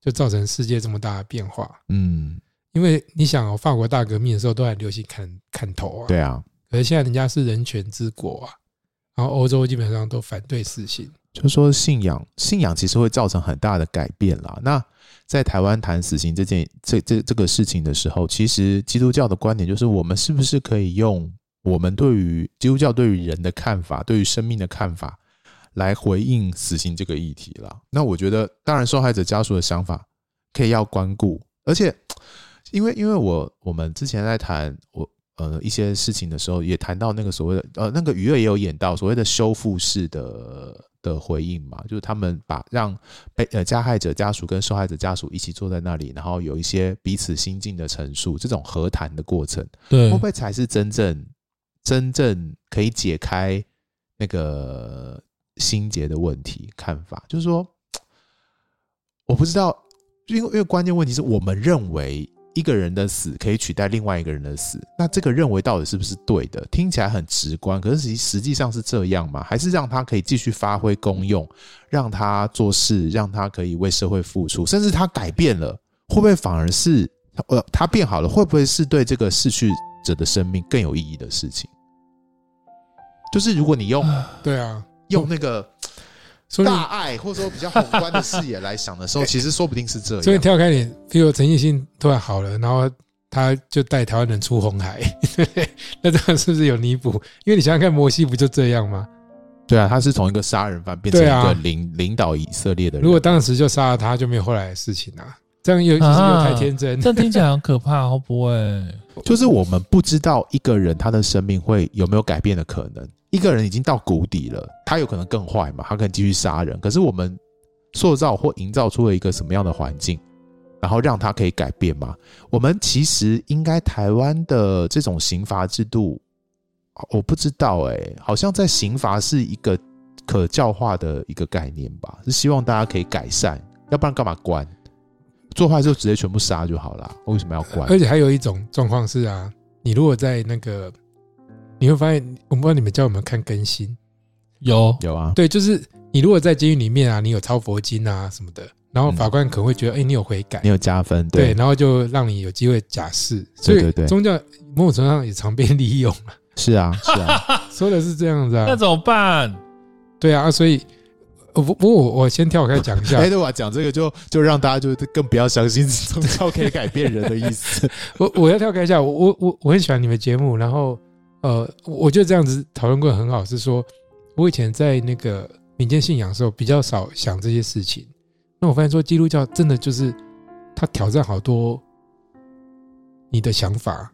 Speaker 4: 就造成世界这么大的变化。
Speaker 3: 嗯，
Speaker 4: 因为你想哦，法国大革命的时候都很流行砍砍头啊，
Speaker 3: 对啊，
Speaker 4: 可是现在人家是人权之国啊，然后欧洲基本上都反对死刑。
Speaker 3: 就说信仰，信仰其实会造成很大的改变啦。那在台湾谈死刑这件这这这个事情的时候，其实基督教的观点就是，我们是不是可以用我们对于基督教对于人的看法，对于生命的看法，来回应死刑这个议题啦。那我觉得，当然受害者家属的想法可以要关顾，而且因为因为我我们之前在谈我呃一些事情的时候，也谈到那个所谓的呃那个娱乐也有演到所谓的修复式的的回应嘛，就是他们把让被呃加害者家属跟受害者家属一起坐在那里，然后有一些彼此心境的陈述，这种和谈的过程。
Speaker 1: 对
Speaker 3: 会不会才是真正真正可以解开那个心结的问题？看法就是说，我不知道，因为因为关键问题是我们认为一个人的死可以取代另外一个人的死，那这个认为到底是不是对的？听起来很直观，可是实实际上是这样吗？还是让他可以继续发挥功用，让他做事，让他可以为社会付出，甚至他改变了，会不会反而是呃他变好了？会不会是对这个逝去者的生命更有意义的事情？就是如 果你用
Speaker 4: 对啊，
Speaker 3: 用那个
Speaker 4: 所以
Speaker 3: 大爱或者说比较宏观的视野来想的时候，其实说不定是这样。
Speaker 4: 所以跳开点，比如陈奕迅突然好了，然后他就带台湾人出红海， 那这样是不是有弥补？因为你想想看，摩西不就这样吗？
Speaker 3: 对啊，他是从一个杀人犯变成一
Speaker 4: 对啊
Speaker 3: 个领、领导以色列的人。
Speaker 4: 如果当时就杀了他，就没有后来的事情啊。这样又是不是又
Speaker 1: 啊
Speaker 4: 太天真？
Speaker 1: 这样听起来很可怕，会不会？
Speaker 3: 就是我们不知道一个人他的生命会有没有改变的可能。一个人已经到谷底了，他有可能更坏嘛，他可能继续杀人。可是我们塑造或营造出了一个什么样的环境，然后让他可以改变吗？我们其实应该台湾的这种刑罚制度，我不知道哎、好像在刑罚是一个可教化的一个概念吧，是希望大家可以改善，要不然干嘛关？做坏就直接全部杀就好啦，为什么要关？
Speaker 4: 而且还有一种状况是啊，你如果在那个，你会发现，我不知道你们教我们看更新，
Speaker 1: 有
Speaker 3: 有啊，
Speaker 4: 对，就是你如果在监狱里面啊，你有抄佛经啊什么的，然后法官可能会觉得，哎、你有悔改
Speaker 3: 你，有加分，
Speaker 4: 对，
Speaker 3: 对，
Speaker 4: 然后就让你有机会假释，所
Speaker 3: 对
Speaker 4: 以
Speaker 3: 对对
Speaker 4: 宗教某种程度上也常被利用，
Speaker 3: 是啊，是 啊，
Speaker 4: 说的是这样子
Speaker 1: 那
Speaker 4: 啊，
Speaker 1: 怎么办？
Speaker 4: 对啊，啊所以呃不不过我我先跳开讲 一下
Speaker 3: 哎，，对吧？讲这个就就让大家就更不要相信宗教可以改变人的意思。
Speaker 4: 我我要跳开一下，我我我我很喜欢你们节目，然后呃，我觉得这样子讨论过得很好，是说我以前在那个民间信仰的时候比较少想这些事情，那我发现说基督教真的就是它挑战好多你的想法，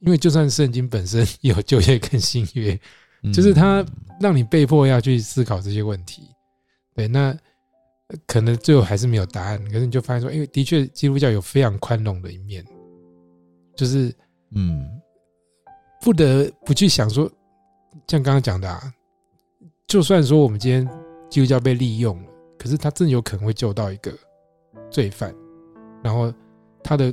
Speaker 4: 因为就算圣经本身 也有旧约跟新约，
Speaker 3: 嗯
Speaker 4: 就是他让你被迫要去思考这些问题。对，那呃可能最后还是没有答案，可是你就发现说，因为的确基督教有非常宽容的一面，就是
Speaker 3: 嗯，
Speaker 4: 不得不去想说，像刚刚讲的啊，就算说我们今天基督教被利用了，可是他真的有可能会救到一个罪犯，然后他的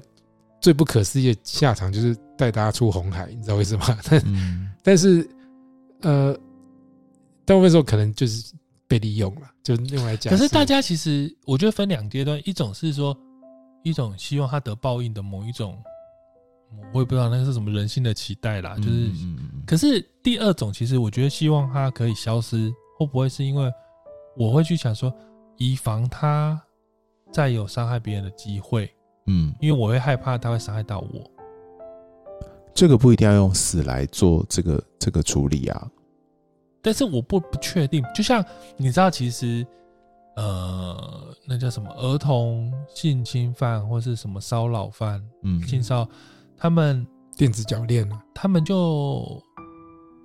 Speaker 4: 最不可思议的下场就是带大家出红海，你知道为什么吗？
Speaker 3: 嗯嗯，
Speaker 4: 但是呃，大部分时候可能就是被利用了，就用来讲。
Speaker 1: 可是大家其实，我觉得分两阶段，一种是说，一种希望他得报应的某一种，我也不知道那是什么人性的期待啦，就是。
Speaker 3: 嗯嗯嗯
Speaker 1: 可是第二种，其实我觉得希望它可以消失，会不会是因为我会去想说，以防他再有伤害别人的机会，
Speaker 3: 嗯，
Speaker 1: 因为我会害怕他会伤害到我。
Speaker 3: 这个不一定要用死来做这个这个处理啊。
Speaker 1: 但是我不不确定，就像你知道，其实呃，那叫什么儿童性侵犯或是什么骚扰犯、
Speaker 3: 嗯，
Speaker 1: 性骚扰，他们
Speaker 4: 电子脚链啊，
Speaker 1: 他们就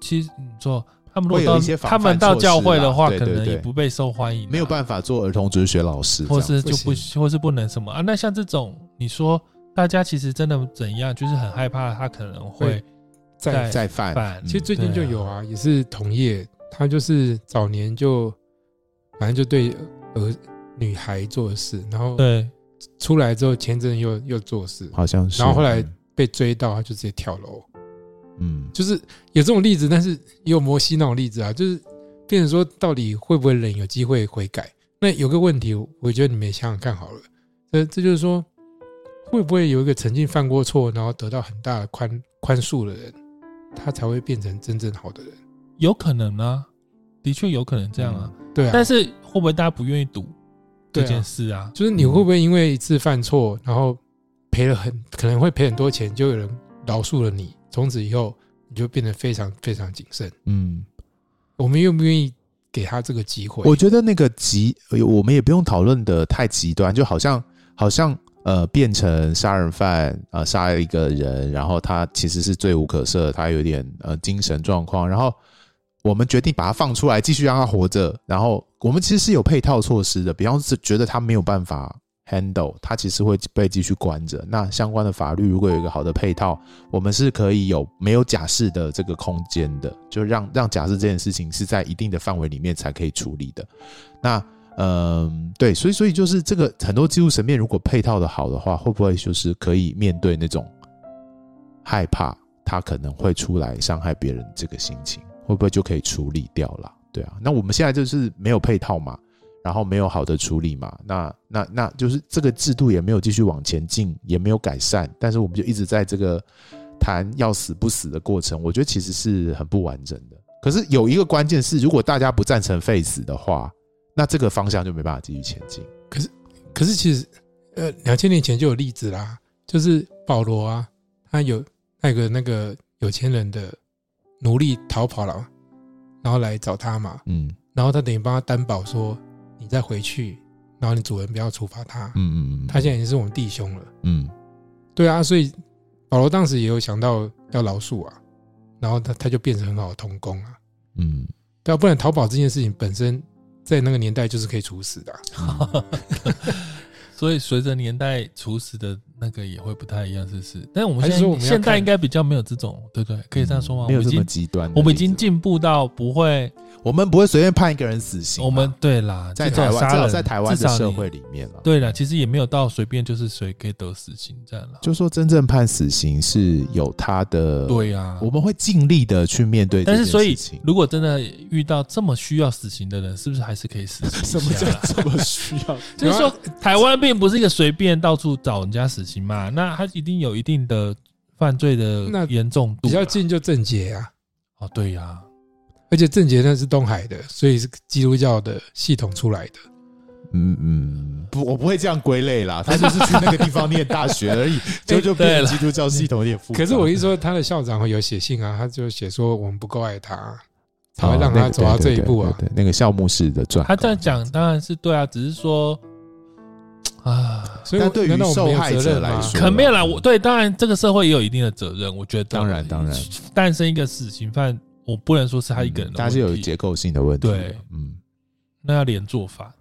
Speaker 1: 其实你说他们如
Speaker 3: 会
Speaker 1: 果到
Speaker 3: 有一些防
Speaker 1: 他们
Speaker 3: 范
Speaker 1: 到
Speaker 3: 措施
Speaker 1: 教会的
Speaker 3: 啦
Speaker 1: 话，
Speaker 3: 对
Speaker 1: 可
Speaker 3: 对
Speaker 1: 能也
Speaker 3: 对
Speaker 1: 不被受欢迎啊、
Speaker 3: 没有办法做儿童哲学老师这样，
Speaker 1: 或是就
Speaker 4: 不
Speaker 1: 不，或是不能什么啊？那像这种，你说大家其实真的怎样，就是很害怕他可能会
Speaker 4: 会在
Speaker 1: 在
Speaker 3: 再犯
Speaker 1: 犯，
Speaker 3: 嗯
Speaker 4: 其实最近就
Speaker 1: 对啊
Speaker 4: 有啊，也是同业，他就是早年就反正就对儿女孩做事，然后
Speaker 1: 对
Speaker 4: 出来之后前阵又又做事，
Speaker 3: 好像是。
Speaker 4: 然后后来被追到，他就直接跳楼。
Speaker 3: 嗯，
Speaker 4: 就是有这种例子，但是也有摩西那种例子啊，就是变成说到底会不会人有机会悔改？那有个问题，我觉得你们也想想看好了，这这就是说，会不会有一个曾经犯过错，然后得到很大的宽宽恕的人，他才会变成真正好的人？
Speaker 1: 有可能啊，的确有可能这样
Speaker 3: 嗯
Speaker 1: 啊。
Speaker 4: 对啊，
Speaker 1: 但是会不会大家不愿意赌这
Speaker 4: 对啊
Speaker 1: 件事啊？
Speaker 4: 就是你会不会因为一次犯错，然后赔了很可能会赔很多钱，就有人饶恕了你，从此以后你就变得非常非常谨慎。
Speaker 3: 嗯，
Speaker 4: 我们愿不愿意给他这个机会？
Speaker 3: 我觉得那个极，呃我们也不用讨论的太极端，就好像好像呃，变成杀人犯呃，杀了一个人，然后他其实是罪无可赦，他有点呃精神状况，然后我们决定把他放出来，继续让他活着，然后我们其实是有配套措施的，比方是觉得他没有办法 handle，他其实会被继续关着。那相关的法律如果有一个好的配套，我们是可以有没有假释的这个空间的，就让让假释这件事情是在一定的范围里面才可以处理的。那嗯，对，所以所以就是这个很多技术层面，如果配套的好的话，会不会就是可以面对那种害怕他可能会出来伤害别人这个心情，会不会就可以处理掉了？对啊，那我们现在就是没有配套嘛，然后没有好的处理嘛，那那那就是这个制度也没有继续往前进，也没有改善，但是我们就一直在这个谈要死不死的过程，我觉得其实是很不完整的。可是有一个关键是，如果大家不赞成废死的话，那这个方向就没办法继续前进。
Speaker 4: 可是其实，呃，两千年前就有例子啦，就是保罗啊，他有那个那个有钱人的奴隶逃跑了，然后来找他嘛，
Speaker 3: 嗯
Speaker 4: 然后他等于帮他担保说，你再回去，然后你主人不要处罚他，
Speaker 3: 嗯嗯嗯
Speaker 4: 他现在已经是我们弟兄了。
Speaker 3: 嗯
Speaker 4: 对啊，所以保罗当时也有想到要饶恕啊，然后他他就变成很好的童工啊，
Speaker 3: 嗯，
Speaker 4: 对啊，不然逃跑这件事情本身在那个年代就是可以处死的啊、
Speaker 1: 所以随着年代，处死的那个也会不太一样，是不是？但我们
Speaker 4: 还
Speaker 1: 现
Speaker 4: 是
Speaker 1: 在
Speaker 4: 说我们要
Speaker 1: 现在
Speaker 4: 看
Speaker 1: 应该比较没有这种，对不对？ 可以这样说吗？
Speaker 3: 嗯没有
Speaker 1: 我们
Speaker 3: 这
Speaker 1: 已
Speaker 3: 么
Speaker 1: 经
Speaker 3: 极端的例子，
Speaker 1: 我们已经进步到不会，
Speaker 3: 我们不会随便判一个人死刑嘛。啊
Speaker 1: 我们对啦，
Speaker 3: 在
Speaker 1: 至少
Speaker 3: 台湾，
Speaker 1: 杀
Speaker 3: 至少
Speaker 1: 人
Speaker 3: 在台湾的社。
Speaker 1: 至少
Speaker 3: 会
Speaker 1: 你
Speaker 3: 里面啊了。
Speaker 1: 对啦，其实也没有到随便就是谁可以得死刑这样啦。
Speaker 3: 就说真正判死刑是有他的，
Speaker 1: 对啊呀，
Speaker 3: 我们会尽力的去面对这
Speaker 1: 但
Speaker 3: 件
Speaker 1: 是，
Speaker 3: 事情。
Speaker 1: 所以如果真的遇到这么需要死刑的人，是不是还是可以死刑
Speaker 3: 什么
Speaker 1: 一下
Speaker 3: 叫
Speaker 1: 啦？
Speaker 3: 这么需要？
Speaker 1: 就是说，台湾并不是一个随便到处找人家死刑嘛，那他一定有一定的犯罪
Speaker 4: 那
Speaker 1: 的严重度啦。啊
Speaker 4: 比较近就正解啊。
Speaker 1: 哦，对呀、
Speaker 4: 而且郑杰那是东海的，所以是基督教的系统出来的。
Speaker 3: 嗯嗯，不，我不会这样归类啦。他就是去那个地方念大学 而已，就就
Speaker 1: 对
Speaker 3: 变
Speaker 1: 了
Speaker 3: 基督教系统有点复杂。
Speaker 4: 可是我一说他的校长会有写信啊，他就写说我们不够爱他，才
Speaker 3: 好，
Speaker 4: 会让他走到这一步啊。
Speaker 3: 对，那个校牧式的转，
Speaker 1: 他这样讲当然是对啊，只是说啊，
Speaker 4: 所以我
Speaker 3: 但对于
Speaker 4: 难道我们没有
Speaker 3: 受害者
Speaker 4: 责任
Speaker 3: 来
Speaker 4: 吗
Speaker 3: 说
Speaker 1: 可没有啦。我对，当然这个社会也有一定的责任，我觉得
Speaker 3: 啊当然当然，
Speaker 1: 诞生一个死刑犯，我不能说是他一个人的问题，
Speaker 3: 嗯他是有结构性的问题。
Speaker 1: 对，
Speaker 3: 嗯，
Speaker 1: 那要连做法。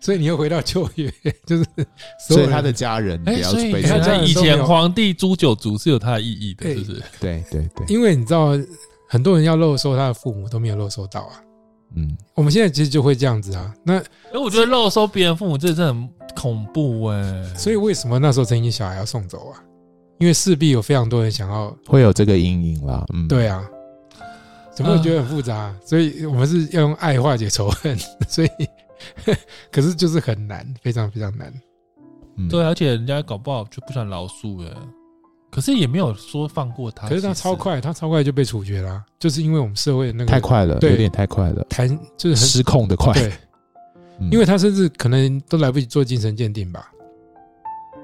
Speaker 4: 所以你又回到旧约，就是所
Speaker 3: 所以
Speaker 4: 有
Speaker 3: 他
Speaker 4: 人
Speaker 3: 的家人不
Speaker 1: 哎、
Speaker 3: 要
Speaker 1: 所以
Speaker 3: 被
Speaker 1: 你
Speaker 4: 他家
Speaker 1: 看，
Speaker 4: 人
Speaker 1: 以
Speaker 4: 都没
Speaker 1: 前
Speaker 4: 有
Speaker 1: 皇帝诛九族是有它的意义的，
Speaker 4: 对
Speaker 1: 是不是？
Speaker 3: 对对对，
Speaker 4: 因为你知道，很多人要漏收他的父母都没有漏收到啊。
Speaker 3: 嗯，
Speaker 4: 我们现在其实就会这样子啊。那
Speaker 1: 哎、我觉得肉收别人父母，这真的很恐怖哎、
Speaker 4: 所以为什么那时候曾经小孩要送走啊？因为势必有非常多人想要
Speaker 3: 会有这个阴影啦。嗯，
Speaker 4: 对啊，怎么会觉得很复杂、
Speaker 1: 嗯
Speaker 4: 所以我们是要用爱化解仇恨， 所以可是就是很难，非常非常难。
Speaker 3: 嗯，
Speaker 1: 对，而且人家搞不好就不想饶恕了，可是也没有说放过他。
Speaker 4: 可是他
Speaker 1: 啊其实
Speaker 4: 超，快，他超快就被处决啦、就是因为我们社会的那个
Speaker 3: 太快了，
Speaker 4: 对
Speaker 3: 有点太快了，
Speaker 4: 谈就是很
Speaker 3: 失控的快。
Speaker 4: 对，
Speaker 3: 嗯
Speaker 4: 因为他甚至可能都来不及做精神鉴定吧，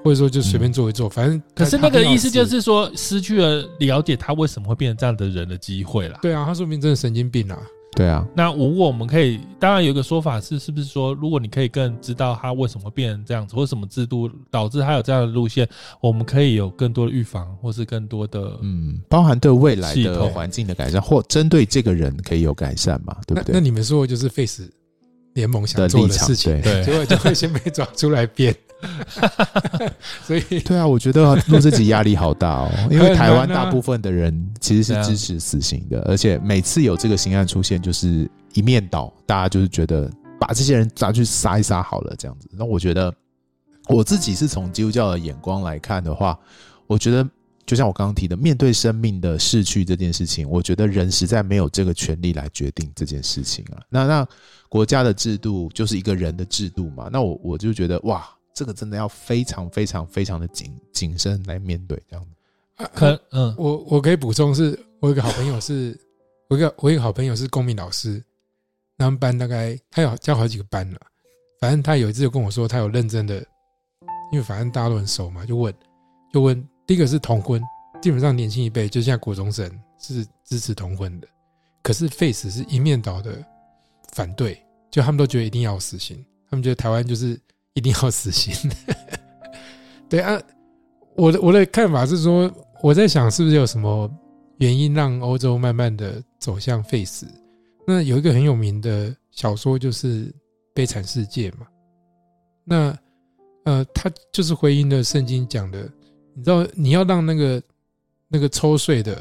Speaker 4: 或者说就随便做一做，反正
Speaker 1: 嗯可是那
Speaker 4: 他
Speaker 1: 个
Speaker 4: 他
Speaker 1: 意思
Speaker 4: 他
Speaker 1: 就是说，失去了了解他为什么会变成这样的人的机会啦。
Speaker 4: 对啊，他说明真的神经病啊，
Speaker 3: 对啊，
Speaker 1: 那如果我们可以，当然有一个说法是，是不是说，如果你可以更知道他为什么变成这样子，或什么制度导致他有这样的路线，我们可以有更多的预防，或是更多的，
Speaker 3: 嗯，包含对未来
Speaker 1: 系
Speaker 3: 的
Speaker 1: 统
Speaker 3: 环境的改善，或针对这个人可以有改善嘛，对
Speaker 4: 那
Speaker 3: 不
Speaker 4: 那
Speaker 3: 对？
Speaker 4: 你们说的就是 Face 联盟想
Speaker 3: 的
Speaker 4: 做
Speaker 3: 立
Speaker 4: 的
Speaker 3: 场
Speaker 4: 事，情，
Speaker 3: 对
Speaker 1: 对
Speaker 4: 结果就会先被抓出来编， 所以
Speaker 3: 对啊，我觉得录这集压力好大哦，因为
Speaker 4: 很
Speaker 3: 台湾
Speaker 4: 难啊
Speaker 3: 大部分的人其实
Speaker 1: 对
Speaker 3: 是
Speaker 1: 啊
Speaker 3: 支持死刑的，而且每次有这个刑案出现，就是一面倒，大家就是觉得把这些人抓去杀一杀好了，这样子。那我觉得我自己是从基督教的眼光来看的话，我觉得就像我刚刚提的，面对生命的逝去这件事情，我觉得人实在没有这个权利来决定这件事情啊。那那国家的制度就是一个人的制度嘛，那我我就觉得哇，这个真的要非常非常非常的谨谨慎来面对这样子。
Speaker 1: 可嗯，
Speaker 4: 我我可以补充是，我有一个好朋友是，我有一个我有一个好朋友是公民老师，他们班大概他有教好几个班了，反正他有一次就跟我说，他有认真的，因为反正大家都很熟嘛，就问就问第一个是同婚，基本上年轻一辈就像国中生是支持同婚的，可是 Face 是一面倒的反对，就他们都觉得一定要有死刑，他们觉得台湾就是一定要死刑。 对啊，我的我的看法是说，我在想是不是有什么原因让欧洲慢慢的走向废死？那有一个很有名的小说就是《悲惨世界》嘛，那呃，它就是回应了圣经讲的，你知道你要让那个那个抽税的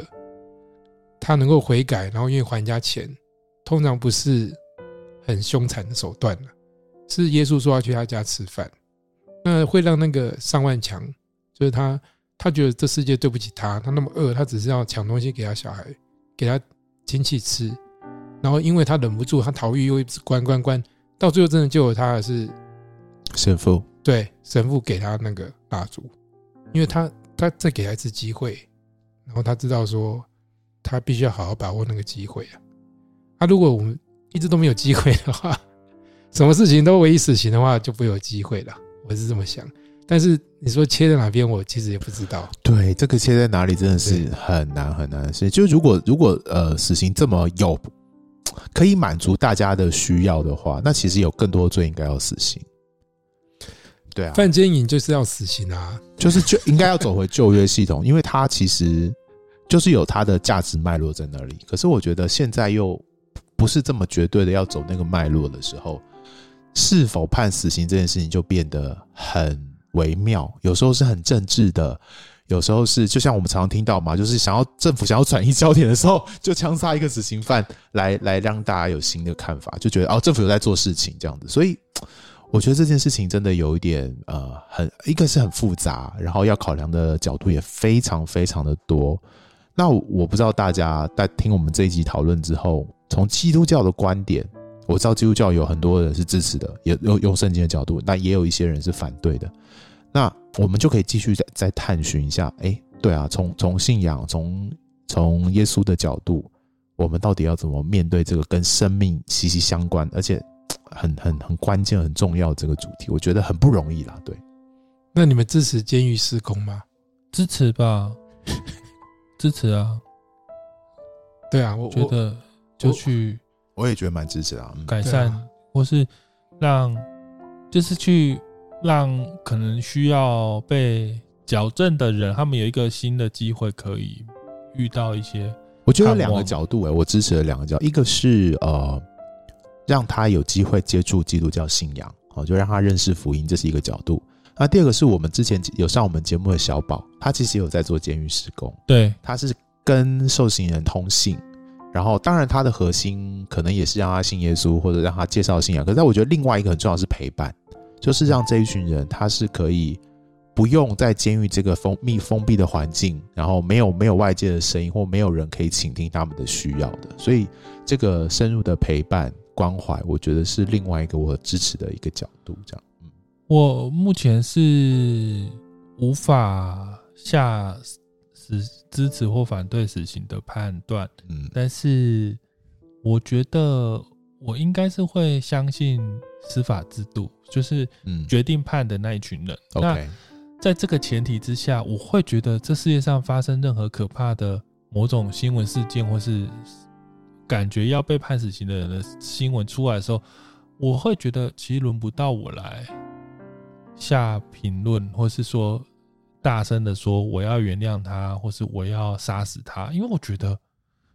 Speaker 4: 他能够悔改，然后愿意还人家钱，通常不是很凶残的手段了、啊是耶稣说要去他家吃饭，那会让那个上万强就是他他觉得这世界对不起他，他那么饿，他只是要抢东西给他小孩，给他亲戚吃，然后因为他忍不住，他逃狱又一直关关关，到最后真的救了他的是
Speaker 3: 神父，
Speaker 4: 对神父给他那个蜡烛，因为他他再给他一次机会，然后他知道说他必须要好好把握那个机会啊。他、如果我们一直都没有机会的话， 什么事情都唯一死刑的话，就不会有机会了。我是这么想，但是你说切在哪边，我其实也不知道。
Speaker 3: 对这个切在哪里真的是很难很难的事。就如果如果呃死刑这么有可以满足大家的需要的话，那其实有更多罪应该要死刑。对啊，
Speaker 4: 犯奸淫就是要死刑啊！
Speaker 3: 就是就应该要走回旧约系统，因为它其实就是有它的价值脉络在那里。可是我觉得现在又不是这么绝对的要走那个脉络的时候，是否判死刑这件事情就变得很微妙，有时候是很政治的。有时候是，就像我们常常听到嘛，就是想要政府想要转移焦点的时候，就枪杀一个死刑犯来来让大家有新的看法，就觉得哦，政府有在做事情这样子。所以我觉得这件事情真的有一点呃，很一个是很复杂，然后要考量的角度也非常非常的多。那我不知道大家在听我们这一集讨论之后，从基督教的观点，我知道基督教有很多人是支持的，也用用圣经的角度，那也有一些人是反对的。那我们就可以继续再再探寻一下，哎，对啊，从从信仰，从从耶稣的角度，我们到底要怎么面对这个跟生命息息相关，而且很很很关键、很重要的这个主题，我觉得很不容易啦。对，
Speaker 4: 那你们支持监狱施工吗？
Speaker 1: 支持吧，支持啊，
Speaker 4: 对啊，我
Speaker 1: 觉
Speaker 4: 我
Speaker 1: 得就去
Speaker 3: 我也觉得蛮支持啦。嗯
Speaker 1: 改
Speaker 4: 对啊
Speaker 1: 善，或是让，就是去让可能需要被矫正的人，他们有一个新的机会可以遇到一些，
Speaker 3: 我觉得有
Speaker 1: 看
Speaker 3: 两个
Speaker 1: 望
Speaker 3: 角度、诶，哎我支持了两个角度，一个是呃，让他有机会接触基督教信仰，哦，就让他认识福音，这是一个角度。那第二个是我们之前有上我们节目的小宝，他其实有在做监狱施工，
Speaker 1: 对，
Speaker 3: 他是跟受刑人通信，然后当然他的核心可能也是让他信耶稣或者让他介绍信仰。可是我觉得另外一个很重要的是陪伴，就是让这一群人他是可以不用在监狱这个封密封闭的环境，然后没有没有外界的声音或没有人可以倾听他们的需要的，所以这个深入的陪伴关怀，我觉得是另外一个我支持的一个角度。这样，嗯，
Speaker 1: 我目前是无法下死支持或反对死刑的判断，
Speaker 3: 嗯
Speaker 1: 但是我觉得我应该是会相信司法制度，就是
Speaker 3: 嗯
Speaker 1: 决定判的那一群人。那
Speaker 3: ，OK，
Speaker 1: 在这个前提之下，我会觉得这世界上发生任何可怕的某种新闻事件，或是感觉要被判死刑的人的新闻出来的时候，我会觉得其实轮不到我来下评论，或是说大声的说我要原谅他，或是我要杀死他，因为我觉得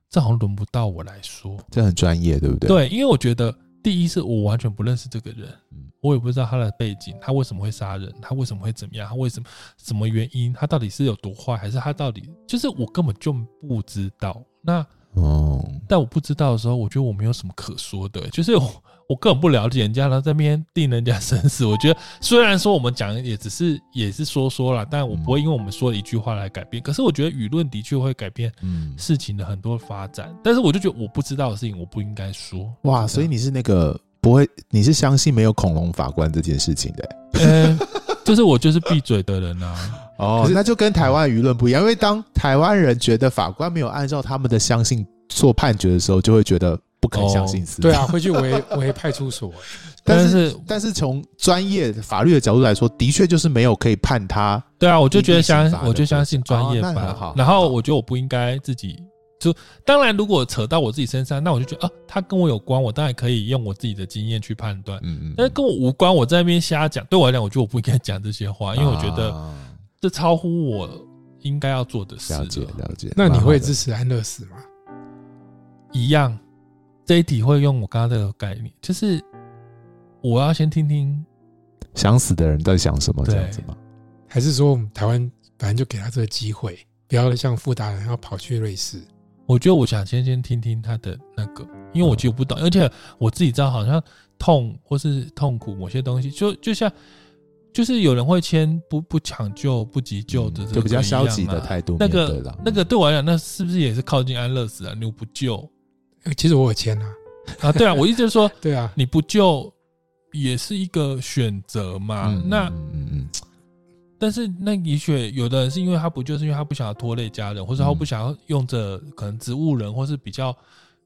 Speaker 1: 这好像轮不到我来说。
Speaker 3: 这很专业，对不对？，
Speaker 1: 对，因为我觉得第一是我完全不认识这个人
Speaker 3: 嗯，
Speaker 1: 我也不知道他的背景，他为什么会杀人，他为什么会怎么样，他为什么什么原因，他到底是有多坏，还是他到底就是我根本就不知道。那
Speaker 3: 哦，
Speaker 1: 但我不知道的时候，我觉得我没有什么可说的、欸就是我我根本不了解人家，然后在那边定人家生死。我觉得虽然说我们讲也只是也是说说啦，但我不
Speaker 3: 嗯
Speaker 1: 会因为我们说了一句话来改变。可是我觉得舆论的确会改变
Speaker 3: 嗯，
Speaker 1: 事情的很多发展，但是我就觉得我不知道的事情，我不应该说。
Speaker 3: 哇，所以你是那个不会，你是相信没有恐龙法官这件事情的欸、
Speaker 1: 呃，就是我就是闭嘴的人啊。
Speaker 3: 哦，那就跟台湾舆论不一样，因为当台湾人觉得法官没有按照他们的相信做判决的时候，就会觉得不肯相信司法。
Speaker 4: 对啊，会去围 围派出所，
Speaker 3: 哦但
Speaker 1: 但
Speaker 3: 是
Speaker 1: 是
Speaker 3: 但是从专业法律的角度来说，的确就是没有可以判他。
Speaker 1: 对啊，我就觉得
Speaker 3: 一
Speaker 1: 相
Speaker 3: 定刑罚，的
Speaker 1: 我就相信专业
Speaker 3: 哦那很
Speaker 1: 吧
Speaker 3: 好。
Speaker 1: 然后我觉得我不应该自己就，当然如果扯到我自己身上，那我就觉得啊，他跟我有关，我当然可以用我自己的经验去判断。
Speaker 3: 嗯
Speaker 1: 但是跟我无关，我在那边瞎讲，对我来讲，我觉得我不应该讲这些话，因为我觉得
Speaker 3: 啊
Speaker 1: 这超乎我应该要做的事
Speaker 3: 了解
Speaker 1: 了
Speaker 3: 了解。
Speaker 4: 那你会支
Speaker 3: 自
Speaker 4: 持安乐死吗？
Speaker 1: 一样，这一题会用我刚刚这个概念，就是我要先听听
Speaker 3: 想死的人在想什么这样子吗？
Speaker 4: 还是说我们台湾反正就给他这个机会，不要像富达人要跑去瑞士？
Speaker 1: 我觉得我想先先听听他的那个，因为我其实不
Speaker 3: 嗯
Speaker 1: 懂，而且我自己知道，好像痛或是痛苦某些东西，就就像就是有人会签不不抢救、不急救的这个、
Speaker 3: 嗯就比较消极的态度
Speaker 1: 那
Speaker 3: 面对
Speaker 1: 个
Speaker 3: 了。
Speaker 1: 那个对我来讲，那是不是也是靠近安乐死啊？你不 救
Speaker 4: 呃其实我有签啊，
Speaker 1: 啊？对啊，我一直说
Speaker 4: 对啊，
Speaker 1: 你不救也是一个选择嘛。
Speaker 3: 嗯
Speaker 1: 那
Speaker 3: 嗯嗯嗯
Speaker 1: 但是那也许有的人是因为他不就是因为他不想要拖累家人，或者他
Speaker 3: 嗯
Speaker 1: 不想要用着可能植物人或是比较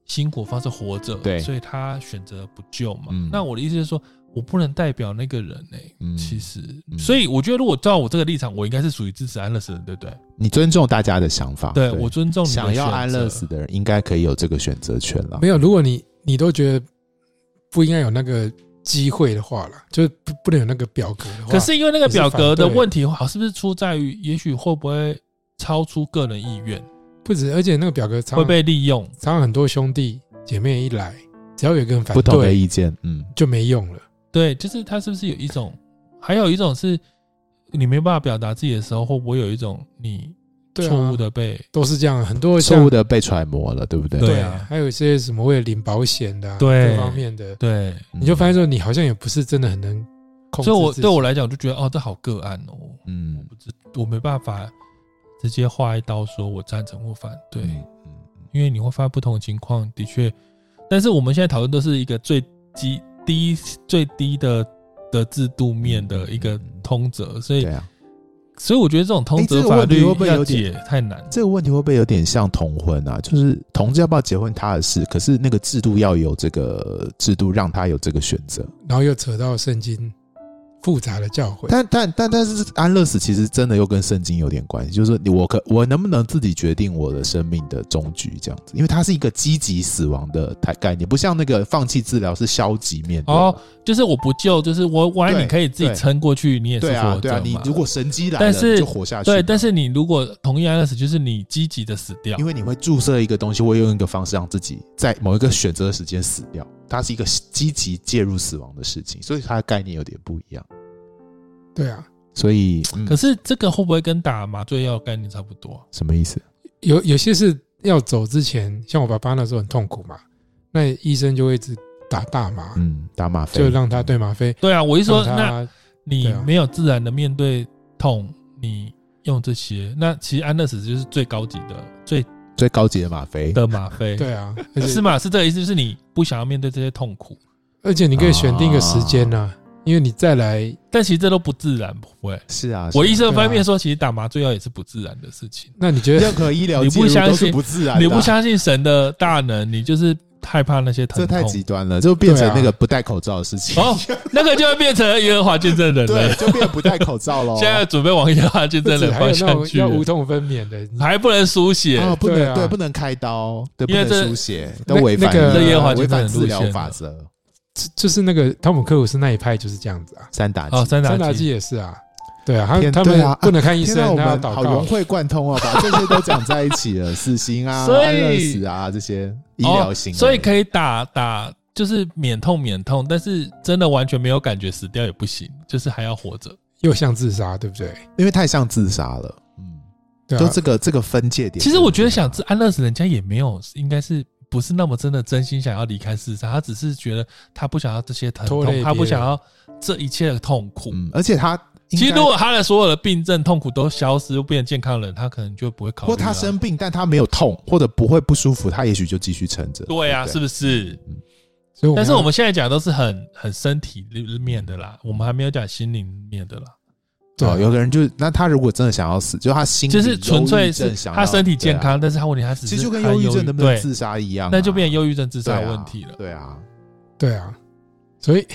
Speaker 1: 辛苦的方式活着，
Speaker 3: 对
Speaker 1: 所以他选择不救嘛。
Speaker 3: 嗯
Speaker 1: 那我的意思是说，我不能代表那个人呢、
Speaker 3: 嗯
Speaker 1: 其实，
Speaker 3: 嗯
Speaker 1: 所以我觉得如果照我这个立场，我应该是属于支持安乐死的，对不对？
Speaker 3: 你尊重大家的想法，
Speaker 1: 对我尊重你的
Speaker 3: 啊想要
Speaker 1: 选择
Speaker 3: 安乐死，的人应该可以有这个选择权了
Speaker 4: 没。有。如果你你都觉得不应该有那个机会的话了，就是不不能有那个表格的话，
Speaker 1: 可是因为那个表格的
Speaker 4: 你是反对
Speaker 1: 问题，好，是不是出在于也许会不会超出个人意愿，
Speaker 4: 不止，而且那个表格常
Speaker 1: 会
Speaker 4: 常
Speaker 1: 被利用？
Speaker 4: 常常很多兄弟姐妹一来，只要有一个人反
Speaker 3: 不同的
Speaker 4: 对，
Speaker 3: 意见，嗯，
Speaker 4: 就没用了。
Speaker 1: 对，就是他是不是有一种，还有一种是你没办法表达自己的时候，会不会有一种你
Speaker 4: 对啊
Speaker 1: 错误的被？
Speaker 4: 都是这样，很多像
Speaker 3: 错误的被揣摩了，对不对？
Speaker 1: 对
Speaker 4: 对
Speaker 1: 啊
Speaker 4: 还有一些什么为了领保险的、啊，
Speaker 1: 对
Speaker 4: 各方面的，
Speaker 1: 对，
Speaker 3: 嗯
Speaker 4: 你就发现说你好像也不是真的很能控制自己。
Speaker 1: 所以我对我来讲，我就觉得哦，这好个案哦，
Speaker 3: 嗯，
Speaker 1: 不知我没办法直接划一刀说我赞成或反对，
Speaker 3: 嗯嗯
Speaker 1: 因为你会发现不同的情况的确，但是我们现在讨论都是一个最基低最低的的制度面的一个通则，所以
Speaker 3: 嗯对啊，
Speaker 1: 所以我觉得这种通
Speaker 3: 诶这
Speaker 1: 则
Speaker 3: 个
Speaker 1: 法
Speaker 3: 问题
Speaker 1: 律
Speaker 3: 会不会
Speaker 1: 要
Speaker 3: 有点
Speaker 1: 解太难了。
Speaker 3: 这个问题会不会有点像同婚啊？就是同志要不要结婚他的事，可是那个制度要有这个制度让他有这个选择。
Speaker 4: 然后又扯到圣经复杂的教诲，
Speaker 3: 但但但但是安乐死其实真的又跟圣经有点关系，就是你我可我能不能自己决定我的生命的终局这样子？因为它是一个积极死亡的概概念，不像那个放弃治疗是消极面对。
Speaker 1: 哦，就是我不救，就是我万一
Speaker 3: 对
Speaker 1: 你可以自己
Speaker 3: 对
Speaker 1: 撑过去，你也是
Speaker 3: 对啊
Speaker 1: 活
Speaker 3: 对啊，
Speaker 1: 着
Speaker 3: 你
Speaker 1: 嘛。
Speaker 3: 如果神机来了，
Speaker 1: 但是
Speaker 3: 你就活下去嘛。
Speaker 1: 对，但是你如果同意安乐死，就是你积极的死掉
Speaker 3: 因。为你会注射一个东西，会用一个方式让自己在某一个选择的时间死掉，它是一个积极介入死亡的事情，所以它的概念有点不一样。
Speaker 4: 对啊，
Speaker 3: 所以，嗯、
Speaker 1: 可是这个会不会跟打麻醉药概念差不多？
Speaker 3: 什么意思？
Speaker 4: 有有些是要走之前，像我爸爸那时候很痛苦嘛，那医生就会一直打大麻，
Speaker 3: 嗯，打吗啡
Speaker 4: 就让他对吗啡，
Speaker 3: 嗯
Speaker 1: 对啊，我一说，
Speaker 4: 让
Speaker 1: 那
Speaker 4: 他
Speaker 1: 你
Speaker 4: 对啊
Speaker 1: 没有自然的面对痛，你用这些，那其实安乐死就是最高级的、最
Speaker 3: 最高级的吗啡，
Speaker 1: 的吗啡。
Speaker 4: 对 啊，而
Speaker 1: 是
Speaker 4: 且
Speaker 1: 吗？是这个意思，就是你不想要面对这些痛苦，
Speaker 4: 而且你可以选定一个时间
Speaker 1: 啊
Speaker 4: 呐，因为你再来
Speaker 1: 但其实这都不自然，不会。
Speaker 3: 是啊，
Speaker 1: 我医
Speaker 3: 思
Speaker 1: 生的
Speaker 4: 对啊
Speaker 1: 方面说，其实打麻醉药也是不自然的事情。
Speaker 4: 那你觉 得
Speaker 3: 任何医疗
Speaker 1: 你
Speaker 3: 介
Speaker 1: 不
Speaker 3: 入
Speaker 1: 相
Speaker 3: 都是
Speaker 1: 信
Speaker 3: 不自然的，啊
Speaker 1: 你不相信神的大能，你就是害怕那些疼
Speaker 3: 这太
Speaker 1: 痛
Speaker 3: 极。端了，就变成
Speaker 4: 对啊
Speaker 3: 那个不戴口罩的事情。
Speaker 1: 哦，那个就会变成耶和华见证人
Speaker 3: 对，
Speaker 1: 了。
Speaker 3: 就变不戴口罩喽。
Speaker 1: 现在准备往耶和华见
Speaker 4: 不
Speaker 1: 证
Speaker 4: 止
Speaker 1: 人
Speaker 4: 还有
Speaker 1: 方
Speaker 4: 那
Speaker 1: 向
Speaker 4: 种
Speaker 1: 去
Speaker 4: 要无
Speaker 1: 了，
Speaker 4: 痛分娩的，
Speaker 1: 还不能输血。
Speaker 3: 哦，不
Speaker 4: 对啊
Speaker 3: 能对，不能开刀，对，不
Speaker 1: 因为
Speaker 3: 能
Speaker 1: 这
Speaker 3: 输血，
Speaker 4: 那
Speaker 3: 都违反
Speaker 4: 那个这
Speaker 1: 耶和华
Speaker 3: 违反
Speaker 1: 就是很
Speaker 3: 治疗
Speaker 1: 路线啊
Speaker 3: 法
Speaker 1: 的
Speaker 3: 则。
Speaker 4: 就就是那个汤姆克鲁斯那一派就是这样子啊。
Speaker 3: 三打
Speaker 1: 哦，
Speaker 3: 击，
Speaker 1: 三
Speaker 4: 三打
Speaker 1: 打
Speaker 4: 基
Speaker 1: 击，
Speaker 4: 也是啊，对啊，他
Speaker 3: 天
Speaker 4: 他
Speaker 3: 对啊
Speaker 4: 们不能看医
Speaker 3: 天哪，我
Speaker 4: 生，他要
Speaker 3: 们
Speaker 4: 祷
Speaker 3: 好融
Speaker 4: 告。
Speaker 3: 会贯通哦， 把这些都讲在一起了，死刑啊、
Speaker 1: 所以哦
Speaker 3: 安乐死啊这些医疗型，
Speaker 1: 所以可
Speaker 3: 以
Speaker 1: 以打打，就是免痛免痛，但是真的完全没有感觉，死掉也不行，就是还要活着。
Speaker 4: 又像自杀，对不对？
Speaker 3: 因为太像自杀了，嗯，
Speaker 4: 对啊
Speaker 3: 就这个这个分界点。
Speaker 1: 其实我觉得想自安乐死，人家也没有，应该是不是那么真的真心想要离开世上，他只是觉得他不想要这些疼
Speaker 4: 拖累
Speaker 1: 痛，
Speaker 4: 别人
Speaker 1: 他不想要这一切的痛苦。
Speaker 3: 嗯，而且他应
Speaker 1: 其
Speaker 3: 该
Speaker 1: 实，如果他的所有的病症、痛苦都消失，又变成健康人，他可能就不会考虑、啊。
Speaker 3: 或他生病，但他没有痛或者不会不舒服，他也许就继续撑着。嗯
Speaker 1: 对呀、
Speaker 3: 不
Speaker 1: 是不是？
Speaker 4: 所以
Speaker 1: 但是
Speaker 3: 啊
Speaker 4: 要
Speaker 1: 我们现在讲的都是很很身体面的啦，我们还没有讲心灵面的啦，
Speaker 4: 对啊
Speaker 3: 哦，有的人就那他如果真的想要死，就他心里
Speaker 1: 就是纯粹
Speaker 3: 忧郁
Speaker 1: 是
Speaker 3: 症想要
Speaker 1: 他身体健，
Speaker 3: 对啊
Speaker 1: 康，但是他问题他只是
Speaker 3: 其实就跟
Speaker 1: 他
Speaker 3: 忧郁症能不能
Speaker 1: 对
Speaker 3: 自杀一样啊，
Speaker 1: 那就变成忧郁症自
Speaker 3: 对
Speaker 1: 杀
Speaker 3: 啊
Speaker 1: 的问题了。
Speaker 3: 对啊，
Speaker 4: 对啊，所以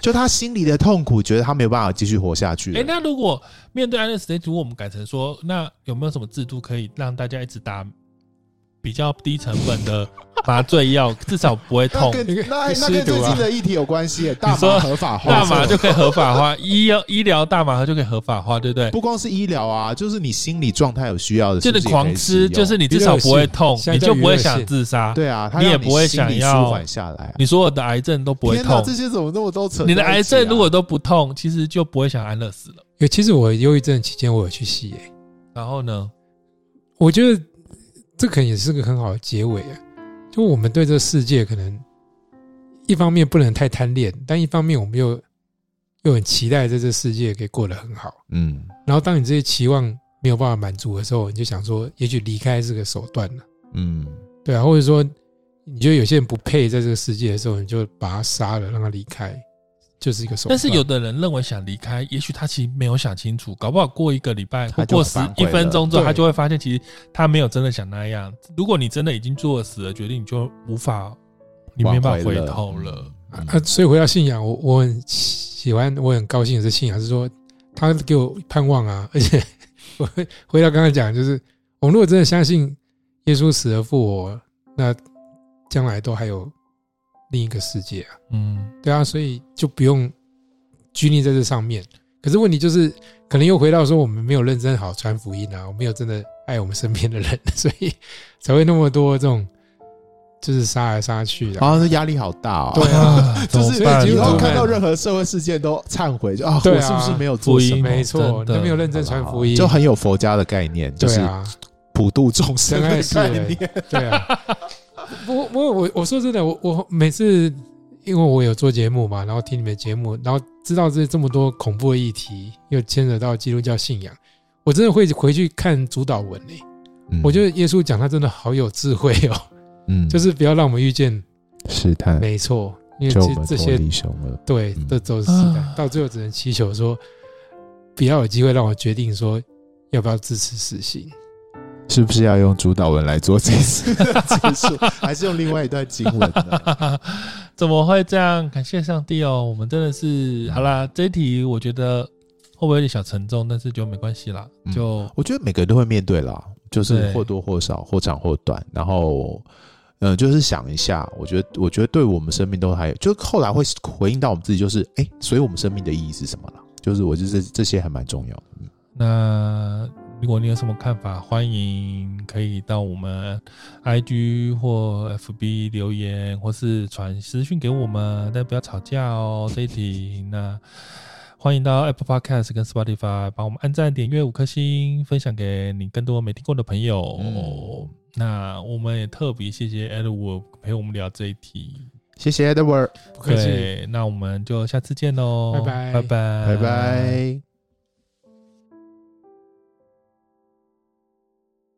Speaker 3: 就他心里的痛苦，觉得他没有办法继续活下去了。
Speaker 1: 哎、那如果面对安乐死这一组，我们改成说，那有没有什么制度可以让大家一直打比较低成本的麻醉药，至少不会痛？
Speaker 3: 跟 那那
Speaker 4: 跟吸毒
Speaker 3: 跟
Speaker 4: 啊
Speaker 3: 最近的议题有关系耶，大麻
Speaker 1: 说
Speaker 3: 合法 化，
Speaker 1: 大麻就可以合法化， 医药医疗大麻就可以合法化，对不对？
Speaker 3: 不光是医疗啊，就是你心理状态有需要的，
Speaker 1: 就是你
Speaker 3: 不是也可以
Speaker 1: 狂吃，
Speaker 3: 使用
Speaker 1: 就是你至少不会痛，
Speaker 4: 现
Speaker 1: 你
Speaker 4: 在
Speaker 1: 就
Speaker 4: 叫
Speaker 1: 不
Speaker 4: 娱
Speaker 1: 会
Speaker 4: 乐
Speaker 1: 想
Speaker 4: 性
Speaker 1: 自杀，
Speaker 3: 对啊，它
Speaker 1: 你也
Speaker 3: 让
Speaker 1: 不会
Speaker 3: 心里
Speaker 1: 想要
Speaker 3: 舒缓下来啊。
Speaker 1: 你所有的癌症都不会
Speaker 3: 天哪
Speaker 1: 痛
Speaker 3: 这。些怎么那么多扯在
Speaker 1: 你
Speaker 3: 一起啊？
Speaker 1: 的癌症如果都不痛，其实就不会想安乐死了。
Speaker 4: 有其实我忧郁症期间我有去吸耶、
Speaker 1: 然后呢，
Speaker 4: 我觉得这可能也是个很好的结尾啊。就我们对这世界可能一方面不能太贪恋，但一方面我们又又很期待在这世界可以过得很好。
Speaker 3: 嗯，
Speaker 4: 然后当你这些期望没有办法满足的时候，你就想说，也许离开是个手段了。
Speaker 3: 嗯，
Speaker 4: 对啊，或者说你觉得有些人不配在这个世界的时候，你就把他杀了，让他离开，就是一个手段。
Speaker 1: 但是有的人认为想离开，也许他其实没有想清楚，搞不好过一个礼拜
Speaker 3: 他
Speaker 1: 或
Speaker 3: 就
Speaker 1: 过十
Speaker 3: 反悔
Speaker 1: 一
Speaker 3: 了
Speaker 1: 分钟之后，
Speaker 4: 对
Speaker 1: 他就会发现其实他没有真的想那样。如果你真的已经做了死的决定，你就无法，你没办法回头了。
Speaker 3: 挽回
Speaker 4: 啊，所以回到信仰，我我很喜欢，我很高兴的是信仰是说他给我盼望啊， 而且我回回到刚才讲，就是我们如果真的相信耶稣死而复活，那将来都还有另一个世界啊，
Speaker 1: 嗯，
Speaker 4: 对啊，所以就不用拘泥在这上面。可是问题就是，可能又回到说我们没有认真好传福音啊，我们没有真的爱我们身边的人， 所以才会那么多这种就是杀来杀去的、啊
Speaker 3: 然后这压力好大哦。
Speaker 4: 对啊，
Speaker 1: 怎么
Speaker 3: 就是
Speaker 1: 办
Speaker 4: 以
Speaker 3: 以后
Speaker 4: 后
Speaker 3: 看
Speaker 4: 看
Speaker 3: 到
Speaker 4: 到
Speaker 3: 任何社会事件都忏悔，就啊，
Speaker 4: 对啊
Speaker 3: 我是不是没有做什么？
Speaker 4: 没
Speaker 1: 真
Speaker 4: 错，
Speaker 1: 的
Speaker 4: 你没有认真传福音，
Speaker 3: 就很有佛家的概念，就
Speaker 4: 对
Speaker 3: 是
Speaker 4: 啊，
Speaker 3: 普度众生
Speaker 4: 真
Speaker 3: 的
Speaker 4: 爱是
Speaker 3: 概念。
Speaker 4: 对啊。不，不过我我说真的，我我每次因为我有做节目嘛，然后听你们的节目，然后知道这这么多恐怖的议题，又牵扯到基督教信仰，我真的会回去看主导文欸诶、
Speaker 3: 嗯
Speaker 4: 我觉得耶稣讲他真的好有智慧哦，
Speaker 3: 嗯
Speaker 4: 就是不要让我们遇见，
Speaker 3: 试探，
Speaker 4: 没错，因为
Speaker 3: 就我
Speaker 4: 这
Speaker 3: 们
Speaker 4: 这
Speaker 3: 脱
Speaker 4: 些
Speaker 3: 离凶恶。
Speaker 4: 对
Speaker 3: 嗯，
Speaker 4: 这都是试探，到最后只能祈求说，不要有机会让我决定说要不要支持死刑。
Speaker 3: 是不是要用主导文来做这 次的结束，还是用另外一段经文呢？
Speaker 1: 怎么会这样？感谢上帝哦，我们真的是好啦。这一题我觉得会不会有点小沉重，但是就没关系啦，
Speaker 3: 嗯
Speaker 1: 就
Speaker 3: 我觉得每个人都会面对啦，就是
Speaker 1: 对
Speaker 3: 或多或少、或长或短，然后。嗯，就是想一下，我觉得，我觉得对我们生命都还有，就后来会回应到我们自己，就是，哎、所以我们生命的意义是什么了？就是我就是这些还蛮重要的。
Speaker 1: 那如果你有什么看法，欢迎可以到我们 IG 或 FB 留言，或是传私讯给我们，但不要吵架哦。这一题，那欢迎到 Apple Podcast 跟 Spotify 帮我们按赞、点阅五颗星，分享给你更多没听过的朋友。
Speaker 3: 嗯
Speaker 1: 那我们也特别谢谢 Edward 陪我们聊这一题。
Speaker 3: 谢谢 Edward，
Speaker 4: 不客气。
Speaker 1: 对，那我们就下次见喽，
Speaker 4: 拜拜
Speaker 1: 哦拜拜，
Speaker 3: 拜拜。